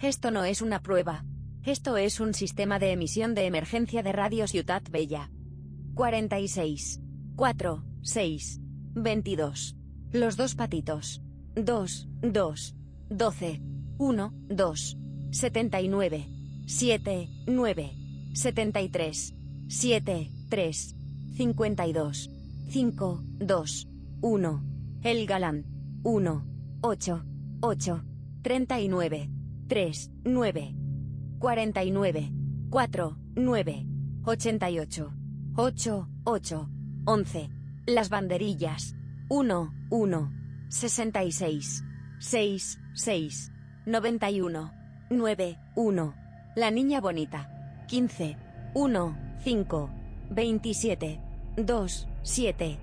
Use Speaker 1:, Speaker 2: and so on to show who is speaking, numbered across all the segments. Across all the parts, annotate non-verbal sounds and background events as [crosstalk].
Speaker 1: Esto no es una prueba. Esto es un sistema de emisión de emergencia de Radio Ciudad Bella. 46. 4, 6. 22. Los dos patitos. 2, 2. 12. 1, 2. 79. 7, 9. 73. 7, 3. 52. 5, 2. 1. El galán. 1. 8. 8. 39. 3, 9. 49. 4, 9. 88. 8, 8. 11. Las banderillas. 1, 1. 66. 6, 6. 91. 9, 1. La niña bonita. 15. 1, 5. 27. 2, 7.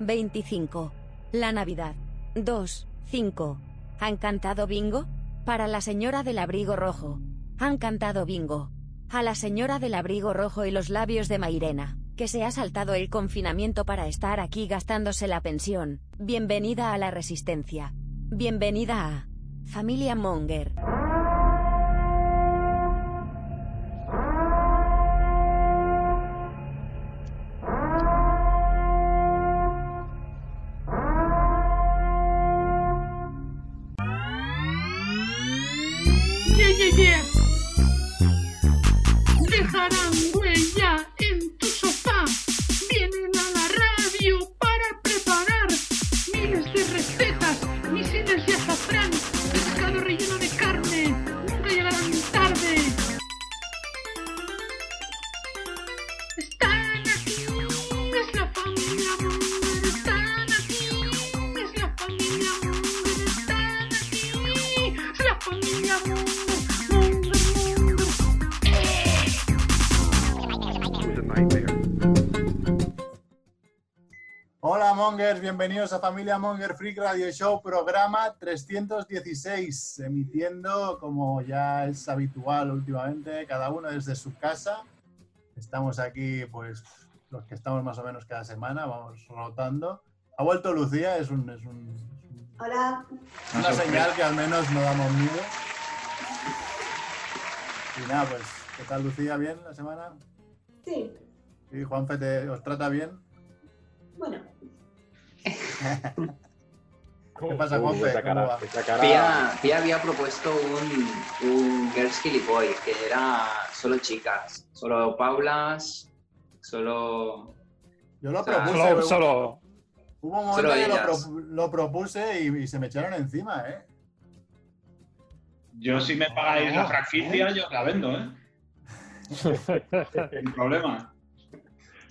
Speaker 1: 25. La Navidad. 2, 5. ¿Han cantado bingo? Para la señora del abrigo rojo. Han cantado bingo. A la señora del abrigo rojo y los labios de Mairena, que se ha saltado el confinamiento para estar aquí gastándose la pensión. Bienvenida a la resistencia. Bienvenida a... Familia Monger.
Speaker 2: Yeah, yeah, yeah. Dejarán huella en tu sofá. Vienen a la radio para preparar miles de recetas, misiles de azafrán, pescado relleno de carne. Nunca llegarán tarde. Están aquí, es la familia Munger. Están aquí, es la familia Munger. Están aquí, es la familia Munger. Munger, Munger.
Speaker 3: Hola Mongers, bienvenidos a Familia Monger Freak Radio Show, programa 316, emitiendo como ya es habitual últimamente, cada uno desde su casa. Estamos aquí, pues, los que estamos más o menos cada semana, vamos rotando. Ha vuelto Lucía, es, un, es un-
Speaker 4: Hola,
Speaker 3: una señal que al menos no damos miedo. Y nada, pues, ¿qué tal Lucía? ¿Bien la semana?
Speaker 4: sí,
Speaker 3: ¿Y Juanfe te- os trata bien? [laughs]
Speaker 4: bueno,
Speaker 3: ¿Qué pasa, Juanfe?
Speaker 5: Esa
Speaker 3: ¿Cómo
Speaker 5: cara,
Speaker 3: va?
Speaker 5: esa cara.
Speaker 6: Pia, Pia había propuesto un, un Girls Kiliboy, que era solo chicas, solo Paulas, solo...
Speaker 3: Yo lo
Speaker 6: O sea,
Speaker 3: propuse.
Speaker 5: Solo,
Speaker 3: pero-
Speaker 5: solo.
Speaker 3: Hubo un momento
Speaker 6: Solo
Speaker 3: que lo,
Speaker 6: ellas.
Speaker 3: pro- lo propuse y, y se me echaron encima, ¿eh?
Speaker 7: Yo si me pagáis
Speaker 3: Ah,
Speaker 7: la franquicia, yo la vendo, ¿eh? [laughs] Sin problema.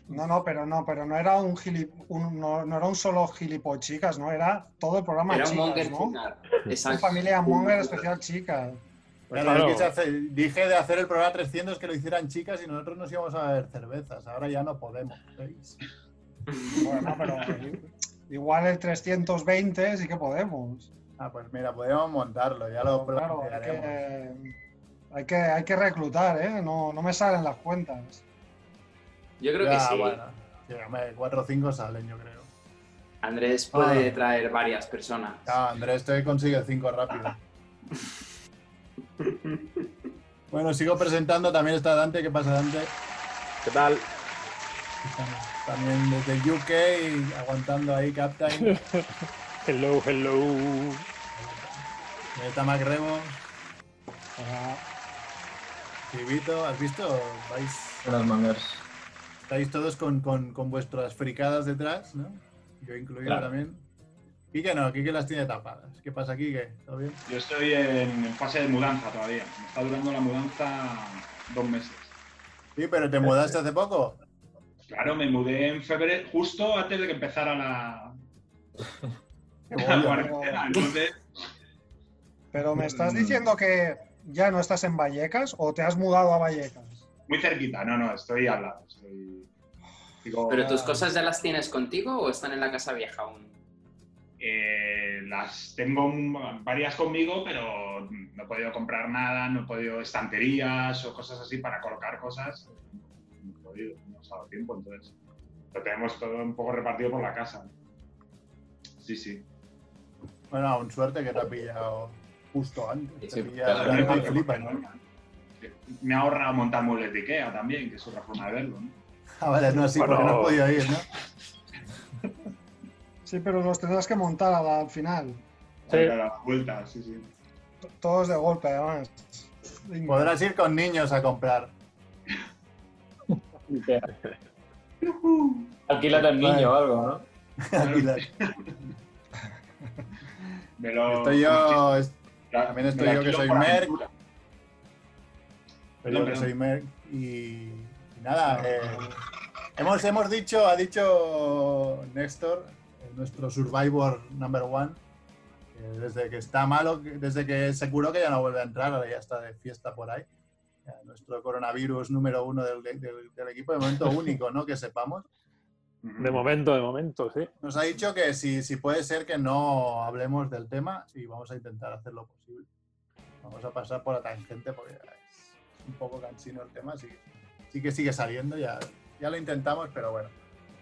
Speaker 8: No, no, pero no, pero no era un, gili- un- no, no era un solo gilipo chicas, ¿no? Era todo el programa
Speaker 6: Era un
Speaker 8: chicas,
Speaker 6: Monger
Speaker 8: ¿no?
Speaker 6: final.
Speaker 8: Un
Speaker 6: Exacto.
Speaker 8: familia Monger especial chicas.
Speaker 5: Pues
Speaker 3: Claro, yo
Speaker 5: claro.
Speaker 3: quise hacer- dije de hacer el programa 300 que lo hicieran chicas y nosotros nos íbamos a ver cervezas. Ahora ya no podemos. ¿veis?
Speaker 8: Bueno, pero igual el 320 sí que podemos.
Speaker 3: Ah, pues [laughs] mira, podríamos montarlo. Ya lo
Speaker 8: Claro, hay
Speaker 3: plantearemos.
Speaker 8: que, hay que, hay que reclutar, ¿eh? No, no me salen las cuentas.
Speaker 6: Yo creo que
Speaker 3: Ya,
Speaker 6: sí.
Speaker 3: bueno. Sí, hombre, cuatro o cinco salen, yo creo.
Speaker 6: Andrés puede
Speaker 3: Ah.
Speaker 6: traer varias personas.
Speaker 3: Ah, Andrés, te consigue cinco rápido. Bueno, sigo presentando. También está Dante. ¿Qué pasa, Dante?
Speaker 5: ¿Qué tal?
Speaker 3: También desde UK, y aguantando ahí, Captain.
Speaker 5: [laughs] Hello, hello.
Speaker 3: Ahí está Macremo.
Speaker 8: Para-
Speaker 3: Chivito, ¿has visto? Vais,
Speaker 9: Buenas mangers.
Speaker 3: estáis todos con, con- con vuestras fricadas detrás, ¿no? Yo incluido
Speaker 7: Claro.
Speaker 3: también. Quique no, Quique las tiene tapadas. ¿Qué pasa, Quique? ¿Todo bien?
Speaker 7: Yo estoy en, en fase de mudanza todavía. Me está durando la mudanza dos meses.
Speaker 3: Sí, pero te mudaste hace poco.
Speaker 7: Claro, me mudé en febrero, justo antes de que empezara la,
Speaker 3: Qué
Speaker 7: la
Speaker 3: bollo, ¿no?
Speaker 7: cuarentena. Entonces,
Speaker 8: Pero me estás
Speaker 7: Mm.
Speaker 8: diciendo que ya no estás en Vallecas o te has mudado a Vallecas.
Speaker 7: muy cerquita. No, no, estoy al lado. Estoy, digo,
Speaker 6: ¿Pero
Speaker 3: Ah.
Speaker 6: tus cosas ya las tienes contigo o están en la casa vieja aún?
Speaker 7: eh, las tengo mm, varias conmigo, pero no he podido comprar nada, no he podido estanterías o cosas así para colocar cosas. No he podido, no os ha dado tiempo, entonces lo tenemos todo un poco repartido por la casa. Sí, sí.
Speaker 3: Bueno, aún suerte que te ha pillado justo antes.
Speaker 9: Sí,
Speaker 3: Te pilla
Speaker 9: claro,
Speaker 3: la
Speaker 9: no,
Speaker 3: misma
Speaker 9: no,
Speaker 3: flipa, ¿no?
Speaker 7: Me ha ahorrado montar muebles de Ikea también, que es otra forma de verlo. ¿no?
Speaker 3: Ah, vale, no, sí,
Speaker 5: Bueno.
Speaker 3: porque no podía ir, ¿no?
Speaker 8: Sí, pero los tendrás que montar al- al final.
Speaker 5: Sí.
Speaker 7: Darle la vuelta, sí, sí.
Speaker 8: T- Todos de golpe, además.
Speaker 3: Podrás ir con niños a comprar.
Speaker 9: Alquílate al niño o algo,
Speaker 3: [laughs]
Speaker 9: ¿no?
Speaker 7: Me lo-
Speaker 3: Estoy yo, es-
Speaker 7: la-
Speaker 3: también
Speaker 7: me
Speaker 3: estoy
Speaker 7: la
Speaker 3: yo, que
Speaker 7: tiro
Speaker 3: soy
Speaker 7: por
Speaker 3: Merck.
Speaker 7: aventura.
Speaker 3: yo que soy Merck y, y nada. eh, hemos, hemos dicho, ha dicho Néstor, eh, nuestro survivor number one, que desde que está malo, que- desde que se curó que ya no vuelve a entrar, ahora ya está de fiesta por ahí. Ya, Nuestro coronavirus número uno del, del- del equipo, de
Speaker 7: [laughs]
Speaker 3: momento único, ¿no? Que sepamos.
Speaker 7: Ujú.
Speaker 5: De momento, de momento, sí.
Speaker 3: Nos ha dicho que si, si puede ser que no hablemos del tema y vamos a intentar hacer lo posible. Vamos a pasar por la tangente porque es un poco cansino el tema, así que sí que sigue saliendo, ya, ya lo intentamos, pero bueno.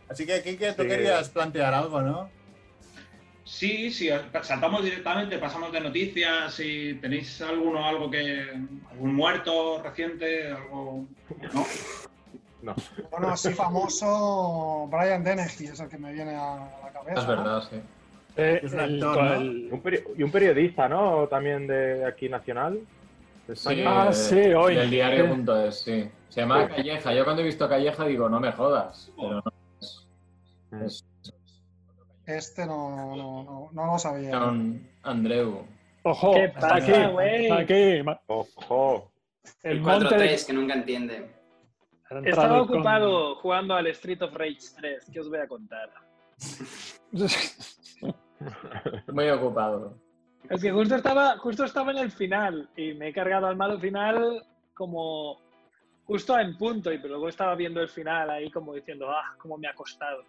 Speaker 3: Así que, Kike, tú
Speaker 7: Sí.
Speaker 3: querías plantear algo, ¿no?
Speaker 7: Sí, sí, saltamos directamente, pasamos de noticias. Si tenéis alguno, algo que. algún muerto reciente, algo. ¿No?
Speaker 8: Bueno, así famoso, Brian Dennehy es el que me viene a la cabeza.
Speaker 9: Es
Speaker 8: ¿no?
Speaker 9: verdad, sí.
Speaker 5: Eh,
Speaker 3: Es un actor, ¿no?
Speaker 5: el-
Speaker 10: Un peri- y un periodista, ¿no? También de aquí nacional. De
Speaker 9: Sí,
Speaker 10: España.
Speaker 5: Ah,
Speaker 9: eh,
Speaker 5: sí, hoy. Eh.
Speaker 9: Del diario.es, sí. Se llamaba Calleja. Yo cuando he visto Calleja digo, no me jodas. Pero no, es, es-
Speaker 8: Este no, no, no, no lo sabía.
Speaker 9: era un Andreu.
Speaker 5: Ojo,
Speaker 10: ¿Qué
Speaker 5: está
Speaker 10: pasa,
Speaker 5: aquí,
Speaker 10: güey?
Speaker 5: está aquí. ma-
Speaker 10: Ojo.
Speaker 5: El
Speaker 6: El
Speaker 5: monte
Speaker 6: 4-3
Speaker 5: de...
Speaker 6: que nunca entiende.
Speaker 5: Han
Speaker 11: Estaba
Speaker 5: entrado con-
Speaker 11: ocupado jugando al Street of Rage 3, ¿qué os voy a contar?
Speaker 9: Muy ocupado.
Speaker 11: Es que justo estaba, justo estaba en el final y me he cargado al malo final como justo en punto y pero luego estaba viendo el final ahí como diciendo, ah, cómo me ha costado.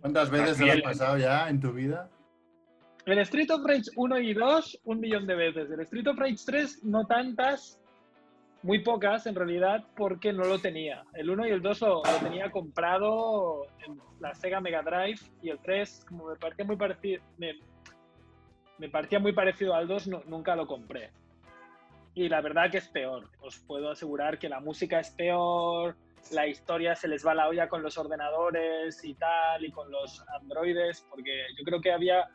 Speaker 3: ¿Cuántas veces te lo has
Speaker 7: Daniel.
Speaker 3: pasado ya en tu vida?
Speaker 11: El Street of Rage 1 y 2, un millón de veces. El Street of Rage 3, no tantas, muy pocas en realidad, porque no lo tenía. El 1 y el 2 lo, lo tenía comprado en la Sega Mega Drive y el 3, como me parecía muy parecido, me, me parecía muy parecido al 2, no- nunca lo compré. Y la verdad que es peor. Os puedo asegurar que la música es peor, la historia se les va la olla con los ordenadores y tal, y con los androides, porque yo creo que había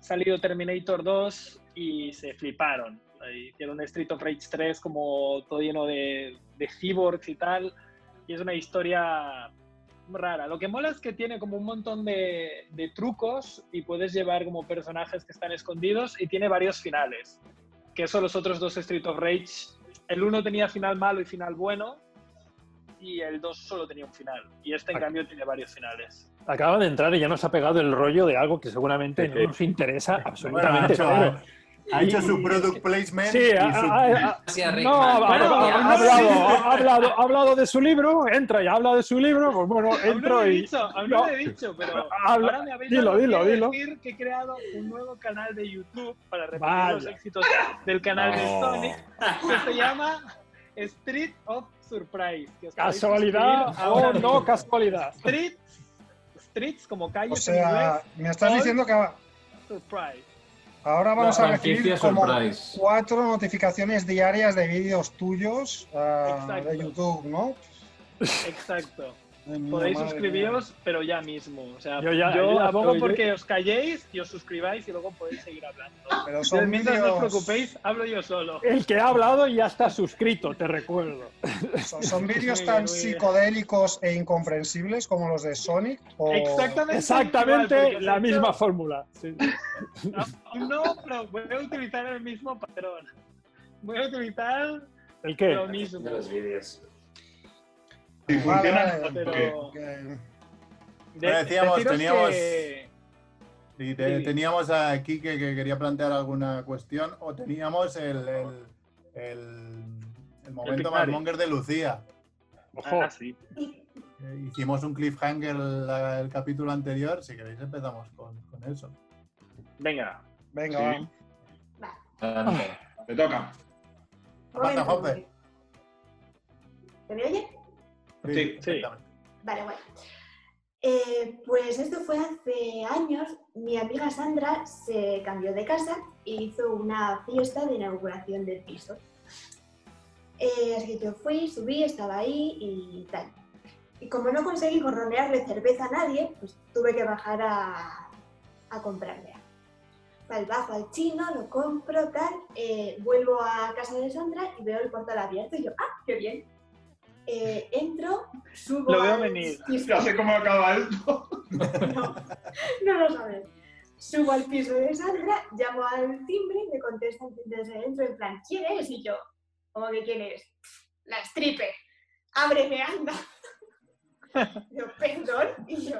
Speaker 11: salido Terminator 2 y se fliparon. Eh, Hicieron Street of Rage 3 como todo lleno de, de cyborgs y tal. Y es una historia rara. Lo que mola es que tiene como un montón de, de trucos y puedes llevar como personajes que están escondidos y tiene varios finales. Que eso los otros dos Street of Rage, el uno tenía final malo y final bueno y el 2 solo tenía un final. Y este en
Speaker 5: Ah.
Speaker 11: cambio tiene varios finales.
Speaker 5: Acaban de entrar y ya nos ha pegado el rollo de algo que seguramente
Speaker 10: Sí,
Speaker 5: no
Speaker 10: sí.
Speaker 5: nos interesa
Speaker 3: Bueno, ha
Speaker 5: absolutamente
Speaker 3: hecho,
Speaker 5: nada.
Speaker 3: ha, ha hecho su product placement
Speaker 5: Sí,
Speaker 3: y
Speaker 5: ha,
Speaker 11: Ah,
Speaker 3: su-
Speaker 5: ha- ha-
Speaker 6: Gracias, Rick.
Speaker 5: no, ha, ha-
Speaker 11: Bueno,
Speaker 5: ha- ha
Speaker 11: no,
Speaker 5: hablado,
Speaker 11: sí.
Speaker 5: ha, hablado, ha hablado de su libro, entra y habla de su libro, pues bueno,
Speaker 11: Aún no
Speaker 5: entro
Speaker 11: lo he
Speaker 5: y...
Speaker 11: dicho, aún
Speaker 5: no.
Speaker 11: no lo he dicho, pero
Speaker 5: Habla-
Speaker 11: ahora me habéis
Speaker 5: dilo,
Speaker 11: dado
Speaker 5: dilo,
Speaker 11: pie de
Speaker 5: dilo.
Speaker 11: decir que he creado un nuevo canal de YouTube para repetir
Speaker 5: Vaya.
Speaker 11: los éxitos del canal de
Speaker 10: No.
Speaker 11: Sonic que se llama Street of Surprise. que os podéis
Speaker 5: Casualidad
Speaker 11: suscribir
Speaker 5: o
Speaker 11: ahora
Speaker 5: no
Speaker 11: mismo.
Speaker 5: casualidad.
Speaker 11: Streets, streets como calles
Speaker 8: O sea,
Speaker 11: en
Speaker 8: me estás
Speaker 11: Hoy-
Speaker 8: diciendo que
Speaker 11: inglés, Surprise.
Speaker 8: ahora vamos
Speaker 9: La
Speaker 8: a recibir
Speaker 9: franquicia
Speaker 8: como
Speaker 9: Surprise.
Speaker 8: cuatro notificaciones diarias de vídeos tuyos ah, de
Speaker 11: Exacto.
Speaker 8: YouTube, ¿no?
Speaker 11: Exacto.
Speaker 8: Ay, mía,
Speaker 11: Podéis
Speaker 8: madre
Speaker 11: suscribiros, pero ya mismo. O sea,
Speaker 5: Yo
Speaker 11: yo,
Speaker 5: ya- yo ya
Speaker 11: abogo
Speaker 5: estoy-
Speaker 11: porque os calléis y os suscribáis y luego podéis seguir hablando.
Speaker 8: mía. Pero
Speaker 11: Entonces,
Speaker 8: son
Speaker 11: mientras no os
Speaker 8: vídeos
Speaker 11: preocupéis, hablo yo solo.
Speaker 5: El que ha hablado ya está suscrito, te
Speaker 12: [laughs]
Speaker 5: recuerdo.
Speaker 8: son, son vídeos
Speaker 11: Muy
Speaker 8: tan
Speaker 11: bien, muy bien.
Speaker 8: psicodélicos e incomprensibles como los de Sonic. O...
Speaker 11: Exactamente, igual,
Speaker 5: Exactamente
Speaker 11: porque
Speaker 5: la
Speaker 11: de hecho,
Speaker 5: misma fórmula. Sí.
Speaker 11: No, pero voy a utilizar el mismo patrón. Voy a utilizar
Speaker 5: ¿El qué?
Speaker 11: lo mismo.
Speaker 6: De los vídeos.
Speaker 7: Si
Speaker 8: Vale,
Speaker 7: funciona,
Speaker 8: vale,
Speaker 7: ¿por qué?
Speaker 11: pero-
Speaker 8: que-
Speaker 11: De-
Speaker 3: Bueno, decíamos,
Speaker 11: deciros
Speaker 3: teníamos-
Speaker 11: que-
Speaker 3: Y te-
Speaker 11: Sí.
Speaker 3: teníamos a Kike que quería plantear alguna cuestión o teníamos el, el, el- el momento más
Speaker 11: Picari.
Speaker 3: monger de Lucía.
Speaker 5: Ojo.
Speaker 11: Ah, sí.
Speaker 4: Y-
Speaker 3: Eh, hicimos un cliffhanger la- el, capítulo anterior, si queréis empezamos con, con eso.
Speaker 11: Venga.
Speaker 8: Venga,
Speaker 7: Sí.
Speaker 8: va.
Speaker 4: va,
Speaker 9: Adelante.
Speaker 7: Te toca.
Speaker 3: Aguanta,
Speaker 4: momento,
Speaker 3: Jope.
Speaker 4: ¿Se me oye?
Speaker 7: Sí.
Speaker 3: exactamente.
Speaker 4: Vale, bueno. Eh, pues esto fue hace años. Mi amiga Sandra se cambió de casa e hizo una fiesta de inauguración del piso. Eh, así que yo fui, subí, estaba ahí y tal. Y como no conseguí gorronearle cerveza a nadie, pues tuve que bajar a, a comprarle. Al bajo al chino, lo compro, tal, eh, vuelvo a casa de Sandra y veo el portal abierto y yo, ¡ah, qué bien! Eh, entro, subo
Speaker 11: Lo veo
Speaker 4: al
Speaker 11: venir.
Speaker 4: piso-
Speaker 7: Ya sé cómo acaba esto.
Speaker 4: [laughs] no lo sabes. Subo al piso de Sandra, llamo al timbre y me contestan desde dentro en plan, ¿quién eres? Y yo, ¿cómo que quién eres? La stripper. Ábreme, anda. [laughs] Yo, perdón. Y yo,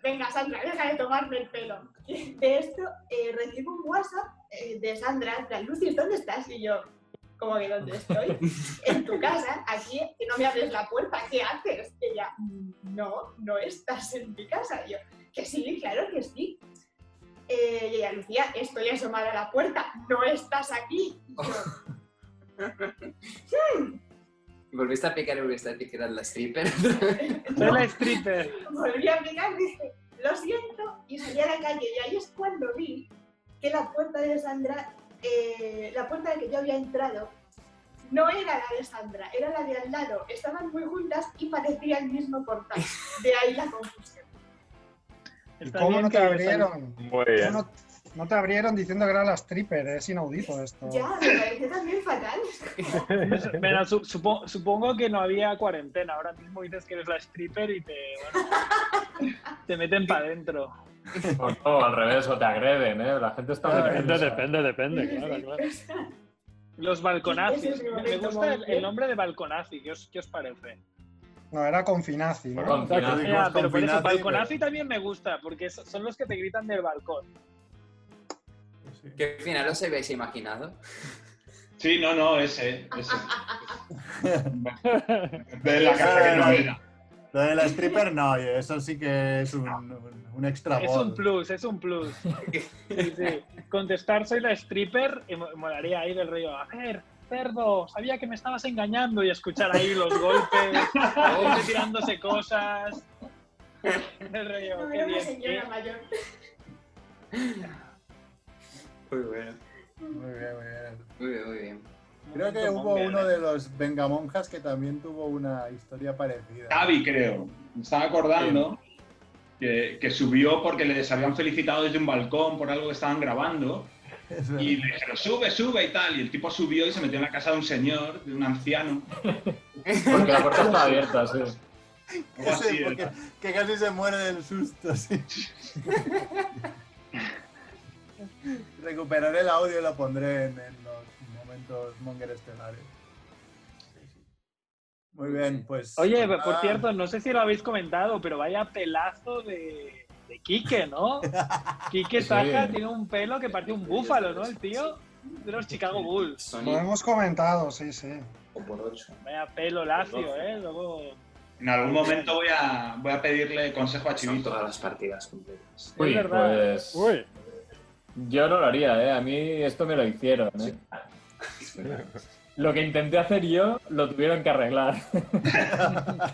Speaker 4: venga, Sandra, deja de tomarme el pelo. [laughs] De esto eh, recibo un WhatsApp eh, de Sandra, en plan, Lucy, ¿dónde estás? Y yo, ¿cómo que dónde estoy? En tu casa, aquí, que no me abres la puerta, ¿qué haces? Y ella, no, no estás en mi casa. Y yo, que sí, claro que sí. Eh, y ella, Lucía, estoy asomada a la puerta, no estás aquí. Y yo,
Speaker 6: [laughs] Volviste a picar y volviste a picar la
Speaker 12: [laughs]
Speaker 6: stripper.
Speaker 11: Soy la stripper.
Speaker 4: volví a mirar, dije, lo siento, y salí a la calle. Y ahí es cuando vi que la puerta de Sandra, eh, la puerta de que yo había entrado, no era la de Sandra, era la de al lado. Estaban muy juntas y parecía el mismo portal. De ahí la confusión.
Speaker 8: ¿Y
Speaker 11: Está
Speaker 8: cómo
Speaker 11: bien
Speaker 8: no te
Speaker 11: que-
Speaker 8: abrieron?
Speaker 10: Muy
Speaker 8: ¿Cómo No, no te abrieron diciendo que era la stripper, es inaudito esto.
Speaker 4: Ya, me pareció también
Speaker 7: [laughs]
Speaker 4: fatal.
Speaker 11: Pero su- supo- supongo que no había cuarentena. Ahora mismo dices que eres la stripper y te, bueno, te meten para adentro.
Speaker 9: O Pues no, al revés, o te agreden, ¿eh? La gente está... muy
Speaker 12: Depende,
Speaker 9: nerviosa.
Speaker 12: depende, depende, claro, claro.
Speaker 11: Los
Speaker 8: Ese
Speaker 11: balconazis.
Speaker 8: es mi
Speaker 11: Me- Me
Speaker 8: momento
Speaker 11: gusta el,
Speaker 8: móvil.
Speaker 11: el nombre de balconazi. ¿Qué os, qué os parece?
Speaker 8: No, era confinazi, ¿no?
Speaker 9: Confinazi.
Speaker 11: Ya,
Speaker 9: Pues
Speaker 11: pero por eso,
Speaker 9: Balconazi,
Speaker 11: balconazi también me gusta, porque es- son los que te gritan del balcón.
Speaker 6: ¿Qué final os habéis imaginado?
Speaker 7: Sí, no, no, eh, ese, ese. De la casa que no era.
Speaker 3: Lo de la stripper, no, oye, eso sí que es un, un, un extra
Speaker 11: Es un
Speaker 3: ball.
Speaker 11: plus, es un plus. Sí, sí. Contestar soy la stripper, y mo- molaría ahí del río. A ver, cerdo, sabía que me estabas engañando y escuchar ahí los golpes, la gente tirándose cosas. Del río,
Speaker 4: No
Speaker 11: qué
Speaker 4: era una
Speaker 11: bien. eh.
Speaker 4: señora
Speaker 8: [laughs]
Speaker 4: mayor.
Speaker 6: Muy bueno.
Speaker 3: Muy bien, muy bien.
Speaker 6: Muy bien, muy bien.
Speaker 3: Creo que
Speaker 7: Momento
Speaker 3: hubo
Speaker 7: monger,
Speaker 3: uno
Speaker 7: eh.
Speaker 3: de los Vengamonjas que también tuvo una historia parecida.
Speaker 7: Xavi, creo. Me estaba acordando que, que subió porque les habían felicitado desde un balcón por algo que estaban grabando. Y le dijeron, sube, sube y tal. Y el tipo subió y se metió en la casa de un señor, de un anciano.
Speaker 9: Porque la puerta está
Speaker 3: [laughs]
Speaker 9: abierta, sí.
Speaker 3: Ese,
Speaker 7: Algo así,
Speaker 3: porque-
Speaker 7: ¿eh?
Speaker 3: que casi se muere del susto, sí. Recuperaré el audio y lo pondré en, en los momentos monger estelares. Muy bien, pues.
Speaker 11: Oye,
Speaker 3: pues
Speaker 11: por
Speaker 3: nada.
Speaker 11: cierto, no sé si lo habéis comentado, pero vaya pelazo de, de Quique, ¿no? Quique
Speaker 9: Sí.
Speaker 11: Taja tiene un pelo que partió un búfalo, ¿no? El tío de los Chicago Bulls.
Speaker 8: Lo hemos comentado, sí, sí.
Speaker 6: por 8.
Speaker 11: Vaya pelo lacio, ¿eh? Luego...
Speaker 7: En algún momento voy a, voy a pedirle consejo a
Speaker 6: Son
Speaker 7: Chivito.
Speaker 6: todas las partidas completas.
Speaker 9: Uy,
Speaker 11: verdad.
Speaker 9: pues... Yo no lo haría, ¿eh? A mí esto me lo hicieron, ¿eh? Lo que intenté hacer yo, lo tuvieron que arreglar. [laughs]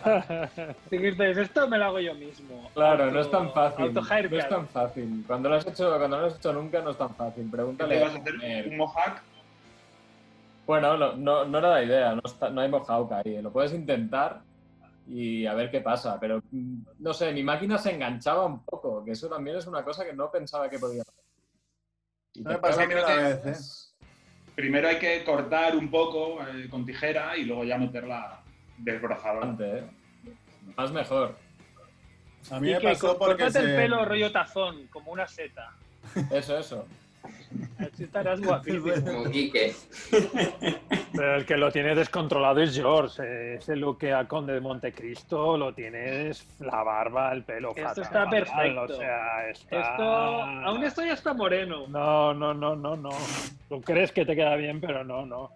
Speaker 11: Dijiste, esto me lo hago yo mismo.
Speaker 9: Claro,
Speaker 11: Auto-
Speaker 9: no es tan fácil.
Speaker 11: auto haircut.
Speaker 9: No es tan fácil. Cuando lo has hecho, cuando no lo has hecho nunca, no es tan fácil.
Speaker 7: ¿Qué
Speaker 9: Pregúntale.
Speaker 7: te vas a
Speaker 9: eh,
Speaker 7: hacer? ¿Un mohawk?
Speaker 9: Bueno, no, no, no era la idea, no, está- no hay Mohawk ahí. Lo puedes intentar y a ver qué pasa, pero mm, no sé, mi máquina se enganchaba un poco, que eso también es una cosa que no pensaba que podía hacer. Y
Speaker 3: No me
Speaker 9: te
Speaker 3: pasó a
Speaker 9: pasa
Speaker 3: mí
Speaker 9: que-
Speaker 3: una vez,
Speaker 7: ¿eh? Primero hay que cortar un poco eh, con tijera y luego ya meterla desbrozadora.
Speaker 9: Bastante, ¿eh? Más mejor.
Speaker 3: ¿eh? A mí me
Speaker 11: Quique,
Speaker 3: pasó
Speaker 11: co-
Speaker 3: porque.
Speaker 11: córtate el
Speaker 3: se-
Speaker 11: pelo rollo tazón, como una seta.
Speaker 9: Eso, eso.
Speaker 3: [laughs]
Speaker 11: Así estarás guapísimo.
Speaker 6: Como Quique.
Speaker 12: Pero el que lo tiene descontrolado es George. eh, Ese look que a Conde de Montecristo lo tienes la barba, el pelo. fatal,
Speaker 11: Esto está perfecto.
Speaker 12: O sea, está...
Speaker 11: Esto, aún estoy hasta moreno.
Speaker 12: No, no, no, no, no. Tú crees que te queda bien, pero no, no.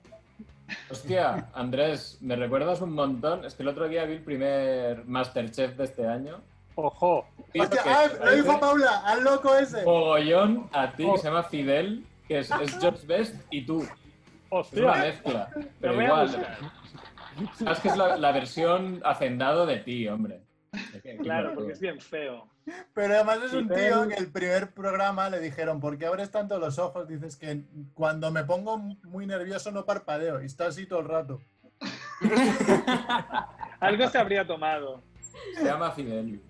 Speaker 9: Hostia, Andrés, me recuerdas un montón. Es que el otro día vi el primer Masterchef de este año.
Speaker 12: Ojo.
Speaker 9: Tío,
Speaker 3: Hostia,
Speaker 9: que
Speaker 3: ah,
Speaker 9: se
Speaker 3: lo dijo
Speaker 9: parece
Speaker 3: Paula, al loco ese.
Speaker 9: Mogollón a ti,
Speaker 11: Oh.
Speaker 9: que se llama Fidel, que es, es George Best y tú. Es una
Speaker 12: Hostia.
Speaker 9: mezcla.
Speaker 11: Lo
Speaker 9: Pero
Speaker 11: voy a
Speaker 9: igual. eh.
Speaker 11: buscar.
Speaker 9: Sabes que es la, la versión hacendado de ti, hombre.
Speaker 11: Claro, porque es bien feo.
Speaker 3: Pero además es un tío que el primer programa le dijeron, ¿por qué abres tanto los ojos? Dices que cuando me pongo muy nervioso no parpadeo y está así todo el rato.
Speaker 11: [laughs] Algo se habría tomado.
Speaker 9: Se llama Fidel.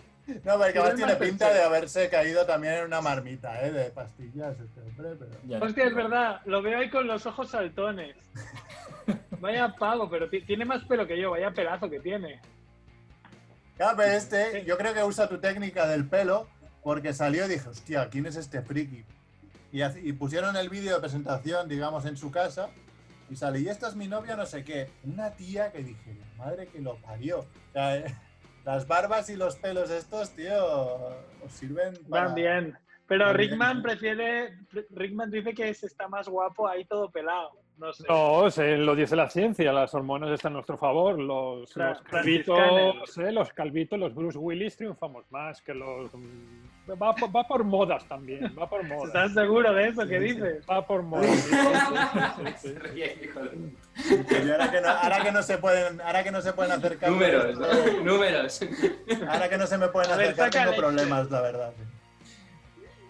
Speaker 3: No, porque además
Speaker 11: Fidel
Speaker 3: tiene
Speaker 11: Masterchef.
Speaker 3: pinta de haberse caído también en una marmita, ¿eh? De pastillas, este hombre, pero...
Speaker 11: Hostia, es verdad, lo veo ahí con los
Speaker 3: [laughs]
Speaker 11: ojos saltones. Vaya pavo, pero ti- tiene más pelo que yo, vaya pelazo que tiene.
Speaker 3: Ya, pero este, yo creo que usa tu técnica del pelo, porque salió y dije, hostia, ¿quién es este friki? Y, hace- y pusieron el vídeo de presentación, digamos, en su casa, y sale, y esta es mi novia, no sé qué. Una tía que dije, madre que lo parió. O sea, eh, [laughs] las barbas y los pelos estos, tío, os sirven para...
Speaker 11: Van bien. Pero
Speaker 3: Van bien.
Speaker 11: Rickman prefiere. Rickman dice que se está más guapo ahí todo pelado. No sé.
Speaker 12: No, se lo dice la ciencia, las hormonas están a nuestro favor. Los,
Speaker 11: Fra-
Speaker 12: los
Speaker 11: franciscanas.
Speaker 12: calvitos, eh, los calvitos, los Bruce Willis triunfamos más que los. mm, Va, por- va por modas también, va por modas.
Speaker 11: ¿Estás seguro de eso
Speaker 12: Sí,
Speaker 11: que
Speaker 12: sí,
Speaker 11: dices?
Speaker 12: Va por modas.
Speaker 3: Y ahora, que no, ahora que no se pueden, ahora que no se pueden acercar...
Speaker 6: Números, ¿no? números.
Speaker 3: Ahora que no se me pueden
Speaker 12: A ver,
Speaker 3: acercar,
Speaker 12: saca
Speaker 3: tengo
Speaker 12: leche.
Speaker 3: problemas, la
Speaker 11: [laughs]
Speaker 3: verdad.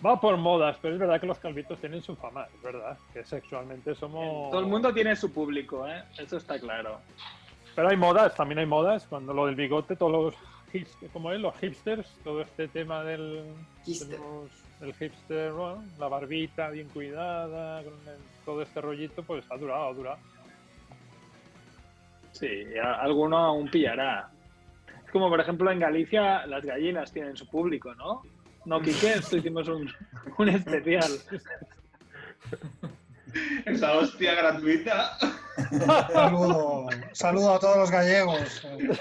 Speaker 12: Va por modas, pero es verdad que los calvitos tienen su fama, es verdad, que sexualmente somos...
Speaker 11: Todo el mundo tiene su público, ¿eh? Eso está claro.
Speaker 12: Pero hay modas, también hay modas, cuando lo del bigote, todos los hipsters, como es, los hipsters, todo este tema del... de los- del hipster, bueno, la barbita bien cuidada, con el- todo este rollito, pues ha durado, ha durado.
Speaker 11: Sí, y a- alguno aún pillará. Es como, por ejemplo, en Galicia las gallinas tienen su público, ¿no? No,
Speaker 12: [laughs]
Speaker 11: Quique, esto hicimos un, un especial.
Speaker 7: Esa hostia gratuita.
Speaker 8: Saludo, saludo a todos los gallegos.
Speaker 11: Inclu-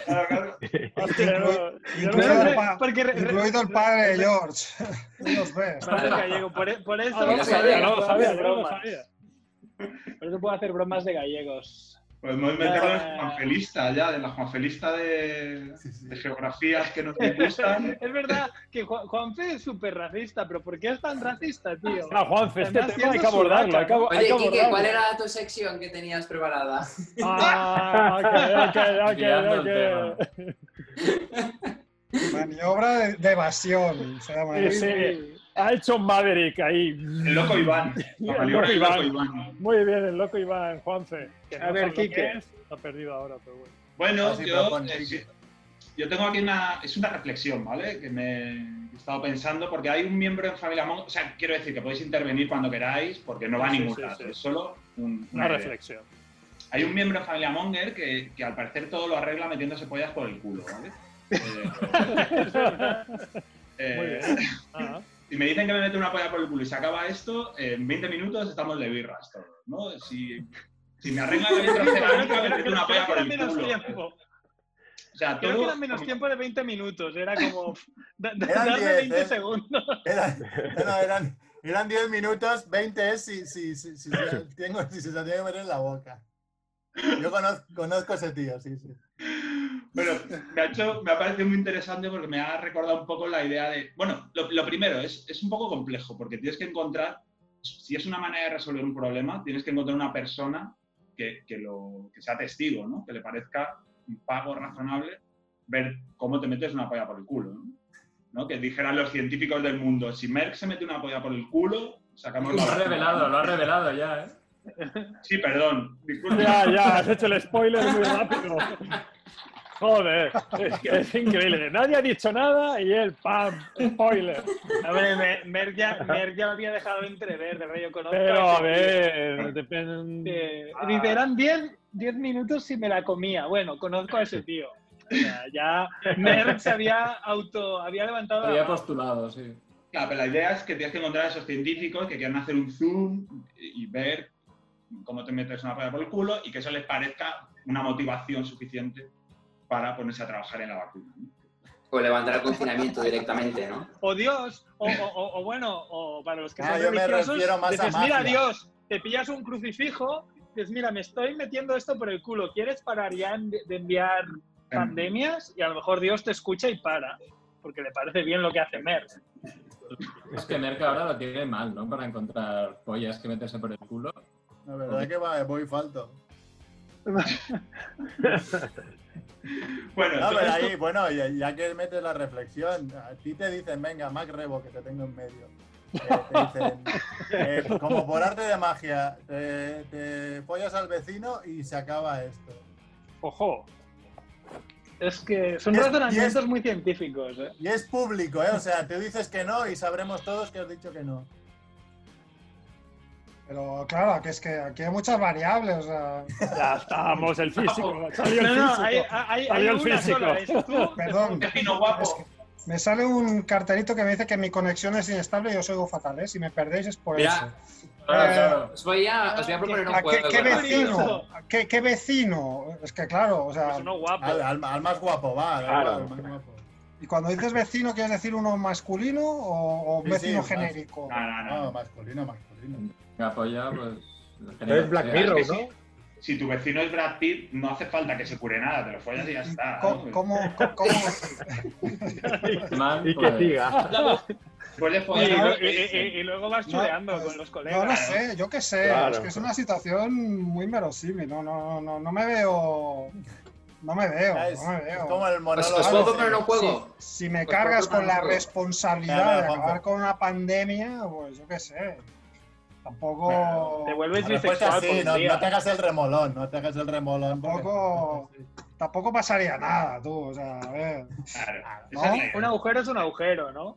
Speaker 8: incluido, el
Speaker 11: pa-
Speaker 8: incluido el padre de George. Tú los ves.
Speaker 11: Padre gallego, por, e- por eso
Speaker 8: Ah,
Speaker 11: puedo
Speaker 8: lo sabía,
Speaker 11: hacer
Speaker 8: no lo sabía,
Speaker 11: bromas.
Speaker 8: no lo
Speaker 11: Por eso puedo hacer bromas de gallegos.
Speaker 7: Podemos meterlo en
Speaker 11: Ah.
Speaker 7: Juanfelista ya, en la Juanfelista de, de geografías que nos gustan.
Speaker 11: [laughs] Es verdad que Juan, Juanfe es súper racista, pero ¿por qué es tan racista, tío?
Speaker 12: Ah, Juanfe, este
Speaker 11: Está
Speaker 12: tema hay que
Speaker 11: haciendo su
Speaker 12: abordarlo,
Speaker 11: racha,
Speaker 12: hay que,
Speaker 11: ¿no?
Speaker 12: hay que
Speaker 6: Oye, Kike,
Speaker 12: abordarlo.
Speaker 6: ¿cuál era tu sección que tenías preparada?
Speaker 12: Ah, ok, ok, ok,
Speaker 6: Guiando el
Speaker 12: ok.
Speaker 6: tema.
Speaker 8: Maniobra de, de evasión. Se llama
Speaker 12: Sí, Ah, sí. Ha hecho Maverick ahí.
Speaker 7: El loco
Speaker 12: [laughs]
Speaker 7: Iván.
Speaker 12: El
Speaker 7: La maniobra
Speaker 12: loco
Speaker 7: del loco
Speaker 12: Iván.
Speaker 7: Iván.
Speaker 12: Muy bien, el loco Iván, Juanfe. que
Speaker 7: A
Speaker 12: no
Speaker 7: ver,
Speaker 12: sabe lo que
Speaker 7: Quique.
Speaker 12: es, Está perdido ahora, pero bueno.
Speaker 7: Bueno,
Speaker 12: Así
Speaker 7: yo,
Speaker 12: propone,
Speaker 7: eh, yo tengo aquí una, es una reflexión, ¿vale? Que me he estado pensando, porque hay un miembro en Familia Mongo, o sea, quiero decir que podéis intervenir cuando queráis, porque no va a
Speaker 12: Sí,
Speaker 7: ningún
Speaker 12: sí,
Speaker 7: lado,
Speaker 12: sí.
Speaker 7: es solo un-
Speaker 12: Una
Speaker 7: idea.
Speaker 12: reflexión.
Speaker 7: Hay un miembro en Familia Monger que, que al parecer todo lo arregla metiéndose pollas por el culo, ¿vale?
Speaker 12: [laughs]
Speaker 7: Eh,
Speaker 12: Muy
Speaker 7: eh, [laughs]
Speaker 12: bien. Ah,
Speaker 7: si me dicen que me meto una polla por el culo y se acaba esto, en 20 minutos estamos de birras todos, ¿no? Si, si me arregla
Speaker 12: [laughs]
Speaker 7: la letra cerámica, me meto una polla por el
Speaker 11: Menos
Speaker 7: culo.
Speaker 11: tiempo.
Speaker 7: O sea,
Speaker 11: Creo que
Speaker 7: todo...
Speaker 11: era menos tiempo de 20 minutos, era como da- da-
Speaker 3: Eran
Speaker 11: darle
Speaker 3: 10,
Speaker 11: 20
Speaker 3: ¿eh?
Speaker 11: segundos.
Speaker 3: Eran, no, no, eran, eran 10 minutos, 20 es si, si, si, si, se- tengo, si se la tiene que meter en la boca. Yo conozco, conozco a ese tío, sí, sí.
Speaker 7: Bueno, me ha, hecho, me ha parecido muy interesante porque me ha recordado un poco la idea de. Bueno, lo, lo primero, es, es un poco complejo porque tienes que encontrar, si es una manera de resolver un problema, tienes que encontrar una persona que, que lo, que sea testigo, ¿no? Que le parezca un pago razonable ver cómo te metes una polla por el culo, ¿no? ¿No? Que dijeran los científicos del mundo, si Merck se mete una polla por el culo, sacamos
Speaker 9: Lo
Speaker 7: la...
Speaker 9: ha revelado, lo ha revelado ya, ¿eh?
Speaker 7: Sí, perdón, disculpa.
Speaker 12: Ya, ya, has hecho el spoiler muy rápido. Joder, es que es increíble. Nadie ha dicho nada y él, ¡pam! Spoiler.
Speaker 11: A ver, Me- Merck ya, Merck ya había dejado entrever, de rollo conozco.
Speaker 12: Pero
Speaker 11: ese
Speaker 12: a
Speaker 11: tío.
Speaker 12: ver, depende.
Speaker 11: Eh, dice, eran 10, 10 minutos y me la comía. Bueno, conozco a ese tío. O sea, ya Merck se había auto, había levantado la
Speaker 9: Había
Speaker 11: mano.
Speaker 9: postulado, sí.
Speaker 7: Claro, pero la idea es que tienes que encontrar a esos científicos que quieran hacer un zoom y y ver cómo te metes una polla por el culo y que eso les parezca una motivación suficiente para ponerse a trabajar en la vacuna. ¿no?
Speaker 6: O levantar el confinamiento directamente, ¿no?
Speaker 11: o Dios, o, o- o- o bueno, o para los que
Speaker 3: Ah,
Speaker 11: son
Speaker 3: yo me
Speaker 11: religiosos,
Speaker 3: refiero más a
Speaker 11: dices, mira
Speaker 3: mafia".
Speaker 11: Dios, te pillas un crucifijo, dices, mira, me estoy metiendo esto por el culo, ¿quieres parar ya en- de enviar
Speaker 7: Em.
Speaker 11: pandemias? Y a lo mejor Dios te escucha y para, porque le parece bien lo que hace Merck.
Speaker 9: Es que Merck ahora lo tiene mal, ¿no? Para encontrar pollas que meterse por el culo.
Speaker 3: La verdad es que va, voy falto.
Speaker 7: Bueno,
Speaker 3: No,
Speaker 7: entonces
Speaker 3: pero
Speaker 7: tú-
Speaker 3: ahí, bueno, ya, ya que metes la reflexión, a ti te dicen, venga, Mac Rebo, que te tengo en medio. Eh, te dicen, eh, como por arte de magia, te, te follas al vecino y se acaba esto.
Speaker 11: Ojo. Es que son
Speaker 3: Y es-
Speaker 11: razonamientos muy científicos. ¿eh?
Speaker 3: Y es público, ¿eh? O sea, tú dices que no y sabremos todos que has dicho que no.
Speaker 8: Pero claro, que es que aquí hay muchas variables. o sea.
Speaker 12: Ya estamos, el físico. Salió el
Speaker 8: No, no,
Speaker 12: físico.
Speaker 8: hay- hay-
Speaker 12: salió el
Speaker 8: hay una
Speaker 12: físico.
Speaker 8: sola, es tú. Perdón.
Speaker 7: guapo.
Speaker 8: Me sale un cartelito que me dice que mi conexión es inestable y os oigo fatal, ¿eh? Si me perdéis es
Speaker 12: Pues
Speaker 8: por eso.
Speaker 6: Mira,
Speaker 8: Eh,
Speaker 6: claro, claro. Os voy a, os voy a proponer un
Speaker 8: ¿A Ah, qué,
Speaker 6: juego.
Speaker 8: qué vecino?
Speaker 6: rápido.
Speaker 8: ¿A ¿Qué, qué vecino? Es que claro, o sea...
Speaker 3: Al, al- al más guapo, va. al-
Speaker 8: Claro.
Speaker 3: al más guapo.
Speaker 8: Y cuando dices vecino, ¿quieres decir uno masculino o, o
Speaker 3: Sí, sí,
Speaker 8: vecino
Speaker 3: más-
Speaker 8: genérico?
Speaker 7: No, no, no.
Speaker 3: No, masculino, masculino.
Speaker 9: Me apoya, pues.
Speaker 10: Es Black Mirror, ¿no?
Speaker 7: Si, si tu vecino es Brad Pitt, no hace falta que se cure nada, te lo follas y ya está.
Speaker 8: ¿Cómo,
Speaker 7: ¿no?
Speaker 8: cómo, cómo-
Speaker 7: [laughs]
Speaker 10: [laughs]
Speaker 8: cómo-
Speaker 9: Man,
Speaker 10: Y que
Speaker 9: pues,
Speaker 10: siga.
Speaker 7: Suele
Speaker 11: Y,
Speaker 7: follar.
Speaker 11: lo- y- y- y luego vas
Speaker 8: No,
Speaker 11: chuleando con los colegas.
Speaker 8: No lo sé, yo qué sé.
Speaker 10: Claro.
Speaker 8: Es que es una situación muy inverosímil. No, no, no, no me veo. No me veo,
Speaker 3: Ya es-
Speaker 8: no me
Speaker 3: es
Speaker 8: veo.
Speaker 3: como el
Speaker 11: Pues,
Speaker 3: monólogo.
Speaker 6: Os puedo
Speaker 3: de-
Speaker 6: proponer un juego.
Speaker 8: Si me
Speaker 6: Pues
Speaker 8: cargas
Speaker 6: por favor,
Speaker 8: con la
Speaker 6: Juanjo.
Speaker 3: Ya,
Speaker 8: responsabilidad
Speaker 3: ya,
Speaker 8: de acabar
Speaker 3: Juanjo.
Speaker 8: con una pandemia, pues yo qué sé. Tampoco.
Speaker 3: Bueno,
Speaker 11: Te vuelves
Speaker 3: La respuesta es
Speaker 11: bisexual por
Speaker 3: pues, sí,
Speaker 11: un
Speaker 3: no,
Speaker 11: día.
Speaker 3: no te hagas el remolón, no te hagas el remolón. porque-
Speaker 8: Tampoco, tampoco pasaría nada, tú. O sea, a ver.
Speaker 7: Claro,
Speaker 3: Ah,
Speaker 8: ¿no?
Speaker 7: esa es la idea.
Speaker 11: Un agujero es un agujero, ¿no?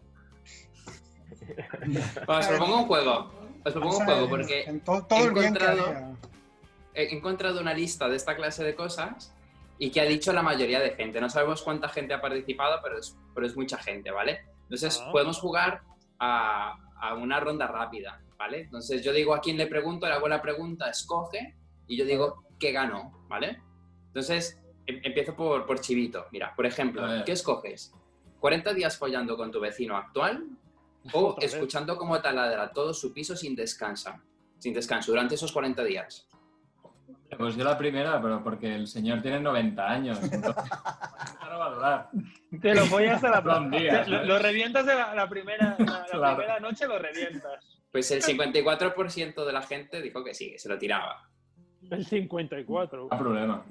Speaker 6: Os propongo un juego. Os propongo un
Speaker 8: Vamos a
Speaker 6: juego
Speaker 8: ver,
Speaker 6: porque
Speaker 8: en to-
Speaker 6: he
Speaker 8: todo el bien que
Speaker 6: encontrado,
Speaker 8: haría.
Speaker 6: he encontrado una lista de esta clase de cosas y que ha dicho la mayoría de gente. No sabemos cuánta gente ha participado, pero es, pero es mucha gente, ¿vale? Entonces
Speaker 11: Ah.
Speaker 6: podemos jugar a, a una ronda rápida, ¿vale? Entonces yo digo a quién le pregunto, le hago la pregunta, escoge y yo digo qué ganó, ¿vale? Entonces em- empiezo por, por Chivito. Mira, por ejemplo,
Speaker 9: A ver.
Speaker 6: ¿qué escoges? ¿40 días follando con tu vecino actual o
Speaker 12: Otra vez.
Speaker 6: escuchando cómo taladra todo su piso sin descansa, sin descanso durante esos 40 días.
Speaker 9: pues yo la primera, pero porque el señor tiene 90 años. entonces, no va a durar.
Speaker 11: Te lo follas
Speaker 7: [laughs]
Speaker 11: a la
Speaker 6: [laughs]
Speaker 9: Dos días,
Speaker 11: Lo,
Speaker 9: ¿eh?
Speaker 11: lo revientas de la, la primera, la, la
Speaker 9: Claro.
Speaker 11: primera noche, lo revientas.
Speaker 6: Pues el 54% de la gente dijo que sí, que se lo tiraba.
Speaker 12: El 54.
Speaker 9: No hay problema.